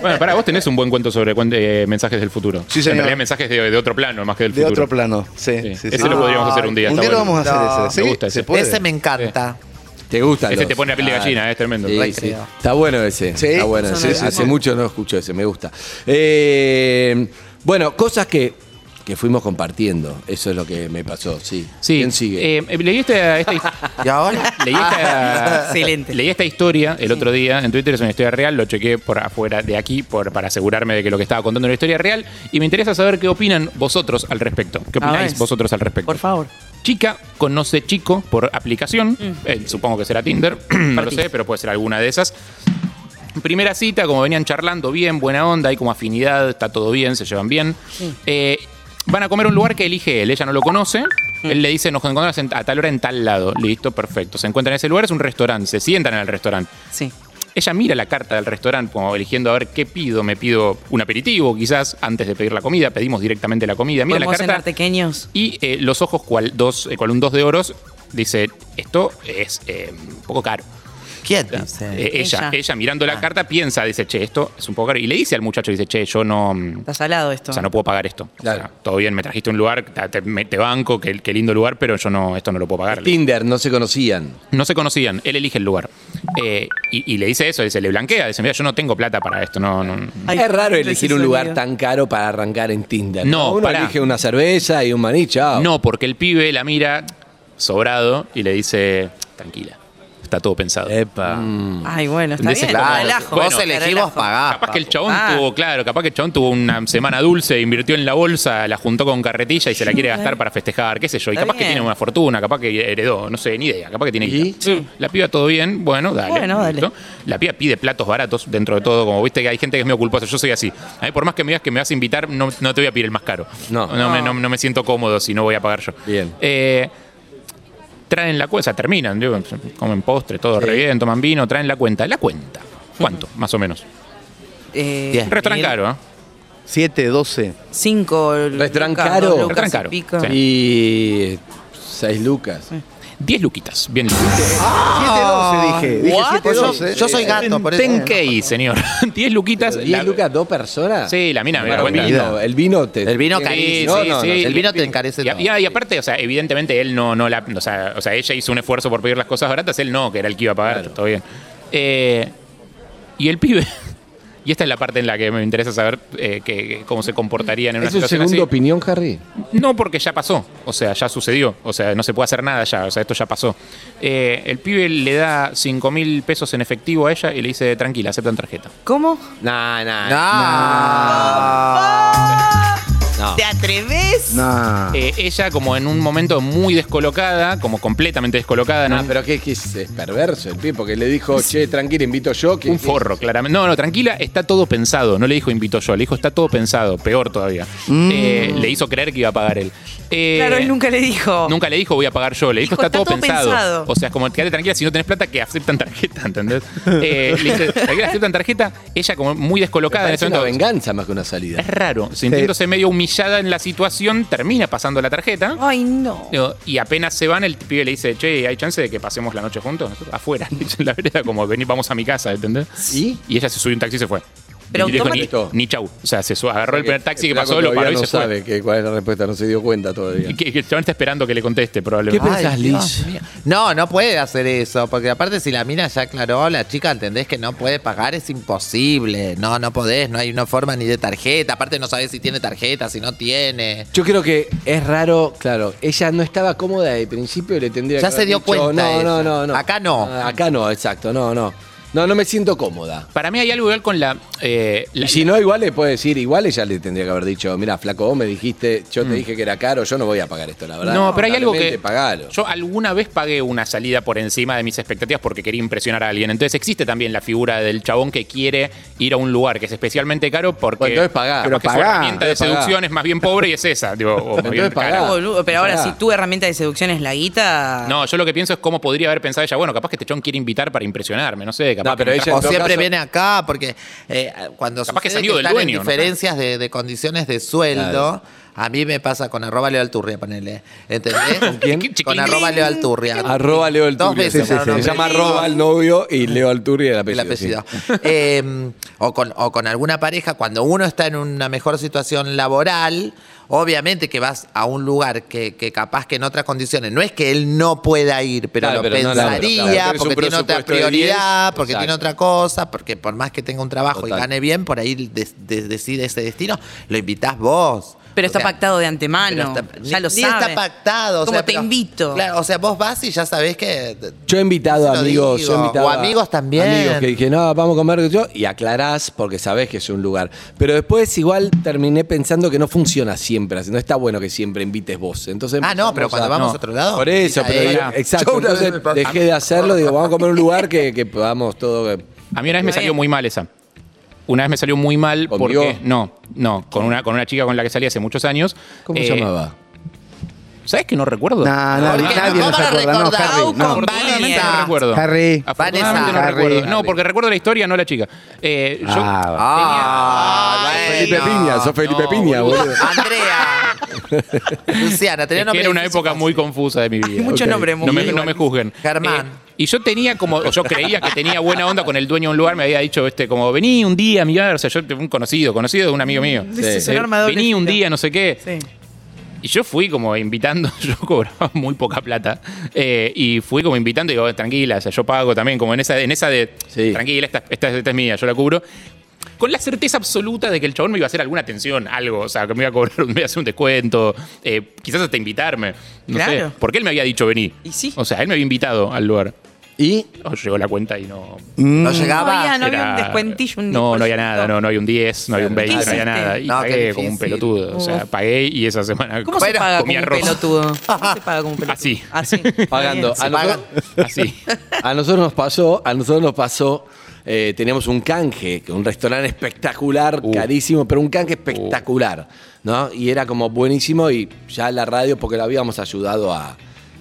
Speaker 5: Bueno, pará, vos tenés un buen cuento sobre cuen- eh, mensajes del futuro.
Speaker 7: Sí, señor.
Speaker 5: En realidad, mensajes de, de otro plano, más que del
Speaker 7: De
Speaker 5: futuro.
Speaker 7: otro plano. Sí,
Speaker 5: Sí.
Speaker 7: sí, sí.
Speaker 5: Ese lo podríamos hacer un día.
Speaker 7: Un
Speaker 5: está
Speaker 7: día lo
Speaker 5: bueno.
Speaker 7: vamos a
Speaker 6: No.
Speaker 7: hacer ese.
Speaker 5: Me
Speaker 7: ¿Sí?
Speaker 5: gusta ese.
Speaker 7: ¿Se puede?
Speaker 6: Ese me encanta.
Speaker 2: ¿Te gusta?
Speaker 5: Ese te pone la piel de gallina, es tremendo.
Speaker 2: Sí,
Speaker 5: Re
Speaker 2: sí.
Speaker 6: creo.
Speaker 2: Está bueno ese.
Speaker 7: Sí.
Speaker 2: Está bueno
Speaker 3: Son
Speaker 2: ese.
Speaker 3: los
Speaker 2: Hace
Speaker 3: mismos.
Speaker 2: mucho no escucho ese, me gusta. Eh, bueno, cosas que, que fuimos compartiendo. Eso es lo que me pasó, sí.
Speaker 5: Sí.
Speaker 2: ¿Quién sigue?
Speaker 5: Eh, leí esta, esta his-
Speaker 6: ¿Y ahora?
Speaker 5: leí esta-
Speaker 3: Excelente.
Speaker 5: leí esta historia el otro día en Twitter, es una historia real, lo chequé por afuera de aquí por, para asegurarme de que lo que estaba contando era una historia real y me interesa saber qué opinan vosotros al respecto. ¿Qué
Speaker 3: A
Speaker 5: opináis
Speaker 3: ver.
Speaker 5: vosotros al respecto?
Speaker 3: Por favor.
Speaker 5: Chica conoce chico por aplicación, Eh, supongo que será Tinder, [CLEARS THROAT] no lo sé, pero puede ser alguna de esas. Primera cita, como venían charlando bien, buena onda, hay como afinidad, está todo bien, se llevan bien. Eh, van a comer a un lugar que elige él, ella no lo conoce. Él le dice, nos encontramos en- a tal hora en tal lado. Listo, perfecto. Se encuentran en ese lugar, es un restaurante, se sientan en el restaurante.
Speaker 3: Sí.
Speaker 5: Ella mira la carta del restaurante, como eligiendo a ver qué pido. Me pido un aperitivo, quizás, antes de pedir la comida. Pedimos directamente la comida. Mira la
Speaker 3: ¿Podemos cenar
Speaker 5: carta.
Speaker 3: pequeños?
Speaker 5: Y eh, los ojos, cual, dos, eh, cual un dos de oros, dice, esto es eh, un poco caro.
Speaker 6: ¿Quién
Speaker 5: Eh,
Speaker 6: dice?
Speaker 5: ella,
Speaker 3: Ella. Ah.
Speaker 5: ella mirando la carta piensa, dice, che, esto es un poco caro. Y le dice al muchacho, dice, che, yo no... mm,
Speaker 3: Está salado esto.
Speaker 5: O sea, no puedo pagar esto. O sea,
Speaker 2: Claro.
Speaker 5: todo bien, me trajiste un lugar, ta- te, me- te banco, qué, qué lindo lugar, pero yo no, esto no lo puedo pagar.
Speaker 2: Tinder, no se conocían.
Speaker 5: No se conocían, él elige el lugar. Eh, y, y le dice eso, dice, le blanquea, dice, mira, yo no tengo plata para esto, no... no-
Speaker 3: Ay,
Speaker 2: es raro
Speaker 3: qué
Speaker 2: elegir un
Speaker 3: sonido.
Speaker 2: lugar tan caro para arrancar en Tinder.
Speaker 5: No,
Speaker 2: Uno
Speaker 5: pará.
Speaker 2: elige una cerveza y un maní, chao.
Speaker 5: No, porque el pibe la mira sobrado y le dice, tranquila, está todo pensado.
Speaker 7: Epa.
Speaker 5: Mm,
Speaker 3: Ay, bueno, está
Speaker 5: Dice,
Speaker 3: bien.
Speaker 5: claro,
Speaker 3: relajo.
Speaker 5: bueno,
Speaker 6: vos elegís, vos
Speaker 3: relajo.
Speaker 6: pagás.
Speaker 5: Capaz que el
Speaker 6: papu.
Speaker 5: chabón
Speaker 3: Ah.
Speaker 5: tuvo, claro, capaz que el chabón tuvo una semana dulce, invirtió en la bolsa, la juntó con carretilla y se la quiere gastar para festejar, qué sé yo. Y
Speaker 3: Está
Speaker 5: capaz que
Speaker 3: bien.
Speaker 5: tiene una fortuna, capaz que heredó, no sé, ni idea, capaz que tiene
Speaker 2: ¿Y?
Speaker 5: guita. La piba todo bien, bueno, dale.
Speaker 3: Bueno, dale.
Speaker 5: listo. La piba pide platos baratos dentro de todo, como viste que hay gente que es medio culposa, yo soy así. A mí por más que me digas que me vas a invitar, no, no te voy a pedir el más caro.
Speaker 2: No.
Speaker 5: me, no, no me siento cómodo si no voy a pagar yo.
Speaker 2: Bien.
Speaker 5: Eh, traen la cuenta, o sea, terminan, digo, comen postre, todo re bien, toman vino, traen la cuenta. La cuenta.
Speaker 2: [LAUGHS]
Speaker 5: ¿Cuánto? Más o menos.
Speaker 3: Eh,
Speaker 6: Bien.
Speaker 5: Restaurante
Speaker 3: mil-
Speaker 5: caro, ¿eh?
Speaker 7: 7, 12.
Speaker 3: Cinco.
Speaker 2: Restaurante
Speaker 3: lucas,
Speaker 2: caro.
Speaker 3: dos lucas
Speaker 5: Restaurante
Speaker 3: y
Speaker 5: caro,
Speaker 3: pico.
Speaker 5: sí.
Speaker 2: Y seis lucas.
Speaker 5: 10 luquitas, bien luquitas.
Speaker 7: 7, 12 dije. Dije 7, 12.
Speaker 6: Ah, Yo soy gato, por eso.
Speaker 5: Tenkei, señor. [LAUGHS] 10 luquitas.
Speaker 2: ¿Diez
Speaker 5: la-
Speaker 2: lucas dos personas?
Speaker 5: Sí, la mina me
Speaker 2: Claro,
Speaker 5: da cuenta.
Speaker 2: El vino, el vino te.
Speaker 6: El vino
Speaker 5: Sí,
Speaker 6: carísimo.
Speaker 5: sí, sí.
Speaker 6: El vino te encarece
Speaker 5: Y,
Speaker 6: todo.
Speaker 5: y- y aparte, o sea, evidentemente él no, no la. O sea, o sea, ella hizo un esfuerzo por pedir las cosas baratas, él no, que era el que iba a pagar, todo bien. Eh, y el pibe. [LAUGHS] Y esta es la parte en la que me interesa saber eh, que- que- cómo se comportarían en una
Speaker 2: ¿Es una
Speaker 5: situación
Speaker 2: segunda
Speaker 5: así.
Speaker 2: opinión, Harry?
Speaker 5: No, porque ya pasó. O sea, ya sucedió. O sea, no se puede hacer nada ya. O sea, esto ya pasó. Eh, el pibe le da 5 mil pesos en efectivo a ella y le dice, tranquila, aceptan tarjeta.
Speaker 3: ¿Cómo?
Speaker 2: No, no. Ah,
Speaker 3: ¿Te atreves?
Speaker 7: No.
Speaker 5: Eh, ella, como en un momento muy descolocada, como completamente descolocada, ¿no?
Speaker 2: Ah, pero que, que es, es perverso el pibe, porque le dijo, che, tranquilo, invito yo. Que,
Speaker 5: un forro, claramente. No, no, tranquila, está todo
Speaker 2: Mm.
Speaker 5: pensado. No le dijo invito yo, le dijo está todo pensado. Peor todavía. Eh, le hizo creer que iba a pagar él. Eh,
Speaker 3: Claro, él nunca le dijo.
Speaker 5: Nunca le dijo voy a pagar yo, le dijo,
Speaker 3: Dijo,
Speaker 5: está, todo, pensado. O sea, es como quédate tranquila, si no tenés plata, que aceptan tarjeta, [LAUGHS] ¿entendés? Eh, le dice, "Tranquila, aceptan tarjeta, ella como muy descolocada en
Speaker 2: Es
Speaker 5: ese
Speaker 2: una
Speaker 5: momento.
Speaker 2: venganza más que una
Speaker 5: [LAUGHS]
Speaker 2: salida.
Speaker 5: Es raro, sintiéndose medio humillada en la situación, termina pasando la tarjeta.
Speaker 3: Ay, no.
Speaker 5: Digo, Y apenas se van, el pibe le dice, che, ¿hay chance de que pasemos la noche juntos? Nosotros, afuera, [LAUGHS] le dice en la vereda, como vení, vamos a mi casa, ¿entendés?
Speaker 2: ¿Y?
Speaker 5: Y ella se subió a un taxi y se fue.
Speaker 3: Pero
Speaker 5: Y dijo, ni,
Speaker 3: automático.
Speaker 5: ni chau. O sea, se su- agarró el primer taxi que
Speaker 2: El flaco
Speaker 5: pasó, lo
Speaker 2: todavía
Speaker 5: paró y
Speaker 2: no
Speaker 5: se fue.
Speaker 2: sabe que- cuál es la respuesta, no se dio cuenta todavía.
Speaker 5: Y Que, que el chabón está esperando que le conteste,
Speaker 2: ¿Qué
Speaker 5: probablemente.
Speaker 2: pensás, Liz?
Speaker 6: No, no puede hacer eso, porque aparte si la mina ya aclaró, la chica entendés que no puede pagar, es imposible. No, no podés, no hay una forma ni de tarjeta, aparte no sabés si tiene tarjeta, si no tiene.
Speaker 2: Yo creo que es raro, claro, ella no estaba cómoda de principio, le tendría
Speaker 6: Ya
Speaker 2: que
Speaker 6: se
Speaker 2: haber
Speaker 6: dio
Speaker 2: dicho,
Speaker 6: cuenta
Speaker 2: No, no,
Speaker 6: ella.
Speaker 2: no, no.
Speaker 6: Acá no.
Speaker 2: Ah, Acá no, exacto, no, no. No, no me siento cómoda.
Speaker 5: Para mí hay algo igual con la... eh, la-
Speaker 2: Y si no, igual le puede decir, igual ella le tendría que haber dicho, mira, flaco, vos me dijiste, yo te dije que era caro, yo no voy a pagar esto, la verdad.
Speaker 5: Mm. No, pero hay algo que.
Speaker 2: Lamentablemente, Pagalo.
Speaker 5: Yo alguna vez pagué una salida por encima de mis expectativas porque quería impresionar a alguien. Entonces existe también la figura del chabón que quiere ir a un lugar que es especialmente caro porque.
Speaker 2: Bueno, entonces pagá.
Speaker 5: Pero
Speaker 2: Pero
Speaker 5: que su
Speaker 2: pagá,
Speaker 5: herramienta de
Speaker 2: entonces pagá.
Speaker 5: seducción es más bien pobre y es esa. Digo, o más bien
Speaker 2: Entonces pagá.
Speaker 5: cara.
Speaker 3: Boludo, pero ahora,
Speaker 2: Pará.
Speaker 3: si tu herramienta de seducción es la guita.
Speaker 5: No, yo lo que pienso es cómo podría haber pensado ella, bueno, capaz que este chabón quiere invitar para impresionarme, no sé, capaz
Speaker 2: No, pero
Speaker 5: que me
Speaker 2: ella-
Speaker 5: trajo-
Speaker 6: O
Speaker 2: todo
Speaker 6: siempre
Speaker 2: caso-
Speaker 6: viene acá, porque eh, cuando
Speaker 5: Capaz que es
Speaker 6: sucede
Speaker 5: amigo del
Speaker 6: están en
Speaker 5: dueño, ¿no?
Speaker 6: diferencias de, de condiciones de sueldo,
Speaker 2: Claro.
Speaker 6: a mí me pasa con arroba Leo Alturria, ponele. ¿Entendés? ¿Con
Speaker 5: quién?
Speaker 6: Con arroba Leo Alturria.
Speaker 2: Arroba Leo Alturria.
Speaker 6: Dos veces.
Speaker 2: se,
Speaker 6: ahora no me
Speaker 2: llama
Speaker 6: digo.
Speaker 2: arroba al novio y Leo Alturri el
Speaker 6: el
Speaker 2: apellido.
Speaker 6: apellido.
Speaker 2: sí.
Speaker 6: Eh, o, con, o con alguna pareja, cuando uno está en una mejor situación laboral, obviamente que vas a un lugar que, que capaz que en otras condiciones, no es que él no pueda ir, pero
Speaker 2: Claro,
Speaker 6: lo
Speaker 2: pero no, no,
Speaker 6: pensaría,
Speaker 2: claro, claro. Pero es
Speaker 6: porque
Speaker 2: un
Speaker 6: tiene otra
Speaker 2: presupuesto de
Speaker 6: prioridad,
Speaker 2: 10,
Speaker 6: porque tiene
Speaker 2: exacto.
Speaker 6: otra cosa, porque por más que tenga un trabajo
Speaker 2: Total.
Speaker 6: y gane bien, por ahí des- des- decide ese destino, lo invitás vos.
Speaker 3: Pero
Speaker 6: O
Speaker 3: está
Speaker 6: sea,
Speaker 3: pactado de
Speaker 6: pero
Speaker 3: antemano.
Speaker 6: está-
Speaker 3: ya
Speaker 6: ni-
Speaker 3: lo
Speaker 6: ni
Speaker 3: sabe.
Speaker 6: está pactado. o
Speaker 3: Como
Speaker 6: sea,
Speaker 3: te
Speaker 6: pero-
Speaker 3: invito.
Speaker 6: Claro, o sea, vos vas y ya sabés que
Speaker 2: Yo he invitado
Speaker 6: Se lo
Speaker 2: amigos,
Speaker 6: digo.
Speaker 2: yo he invitado
Speaker 6: O
Speaker 2: a-
Speaker 6: amigos también.
Speaker 2: Amigos que dije, no, vamos a comer yo, y aclarás porque sabés que es un lugar. Pero después igual terminé pensando que no funciona siempre, así, no está bueno que siempre invites vos. Entonces
Speaker 6: Ah, no,
Speaker 2: empezamos
Speaker 6: pero cuando vamos a otro lado,
Speaker 2: Por eso,
Speaker 6: invita
Speaker 2: pero
Speaker 6: ella.
Speaker 2: exacto,
Speaker 6: Yo una vez
Speaker 2: entonces
Speaker 6: me pasó.
Speaker 2: dejé de hacerlo, digo, vamos a comer a un lugar que, que podamos todo.
Speaker 5: A mí una vez me
Speaker 3: Está
Speaker 5: salió
Speaker 3: bien.
Speaker 5: muy mal esa. Una vez me salió muy mal
Speaker 2: ¿Conmigo?
Speaker 5: porque. No, no, con una, con una chica con la que salí hace muchos años.
Speaker 2: ¿Cómo
Speaker 5: Eh,
Speaker 2: se llamaba?
Speaker 5: ¿Sabés que no recuerdo?
Speaker 8: Nah, nadie,
Speaker 6: Porque
Speaker 8: nadie
Speaker 6: no
Speaker 8: nos
Speaker 6: van a
Speaker 8: acuerda, no,
Speaker 6: recordar
Speaker 8: Harry. No.
Speaker 6: con
Speaker 5: Afortunadamente
Speaker 6: Vanessa.
Speaker 5: no recuerdo.
Speaker 8: Harry.
Speaker 5: Afortunadamente
Speaker 6: Vanessa.
Speaker 5: no recuerdo.
Speaker 8: Harry.
Speaker 5: No, porque recuerdo la historia, no la chica. Eh, yo
Speaker 8: Ah,
Speaker 6: Ah,
Speaker 5: tenía-
Speaker 6: bueno.
Speaker 8: Felipe Piña, sos Felipe
Speaker 5: No,
Speaker 8: Piña,
Speaker 5: boludo.
Speaker 8: boludo.
Speaker 6: [LAUGHS] Andrea. Luciana, tenía
Speaker 5: Es que
Speaker 6: nombre
Speaker 5: era una
Speaker 6: difícil.
Speaker 5: época muy confusa de mi vida.
Speaker 3: Hay muchos
Speaker 5: Ok.
Speaker 3: nombres muy
Speaker 5: No me, no
Speaker 3: igual.
Speaker 5: me juzguen.
Speaker 6: Germán.
Speaker 5: Eh, y yo tenía como, o yo creía que tenía buena onda con el dueño de un lugar, me había dicho, este, como, vení un día a mi bar, o sea, yo un conocido, conocido de un amigo mío.
Speaker 3: Sí. Es un
Speaker 5: Eh,
Speaker 3: arma de doble
Speaker 5: Vení un
Speaker 3: filo.
Speaker 5: día, no sé qué.
Speaker 3: Sí.
Speaker 5: Y yo fui como invitando, [LAUGHS] yo cobraba muy poca plata. eh, y fui como invitando y digo, "Oh, tranquila, o sea, yo pago también, como en esa, en esa de,
Speaker 2: Sí.
Speaker 5: tranquila, esta, esta- esta es mía, yo la cubro. Con la certeza absoluta de que el chabón me iba a hacer alguna atención, algo, o sea, que me iba a cobrar, [LAUGHS] me iba a hacer un descuento, eh, quizás hasta invitarme. No
Speaker 3: Claro.
Speaker 5: sé, porque él me había dicho vení.
Speaker 3: Y sí.
Speaker 5: O sea, él me había invitado al lugar.
Speaker 2: ¿Y?
Speaker 5: No, llegó la cuenta y no.
Speaker 6: No
Speaker 3: No había,
Speaker 6: llegaba.
Speaker 3: no había un
Speaker 5: era-
Speaker 3: descuentillo. Un
Speaker 5: No, no había
Speaker 3: 10%.
Speaker 5: nada, no, no había un 10, no había un 20, no había
Speaker 3: hiciste?
Speaker 5: nada. Y
Speaker 6: No, qué
Speaker 5: pagué como un
Speaker 6: difícil.
Speaker 5: pelotudo. O sea, pagué y esa semana
Speaker 3: ¿Cómo se
Speaker 5: comí
Speaker 3: paga como un
Speaker 5: arroz.
Speaker 6: [LAUGHS]
Speaker 3: pelotudo? ¿Cómo se paga como un pelotudo?
Speaker 5: Así. [LAUGHS]
Speaker 3: Así.
Speaker 2: Pagando. Ah,
Speaker 3: Está
Speaker 2: A nosotros,
Speaker 5: Así.
Speaker 2: [LAUGHS] A nosotros nos pasó, a nosotros nos pasó, eh, teníamos un canje, que un restaurante espectacular, carísimo, pero un canje espectacular, ¿no? Y era como buenísimo y ya la radio, porque lo habíamos ayudado a,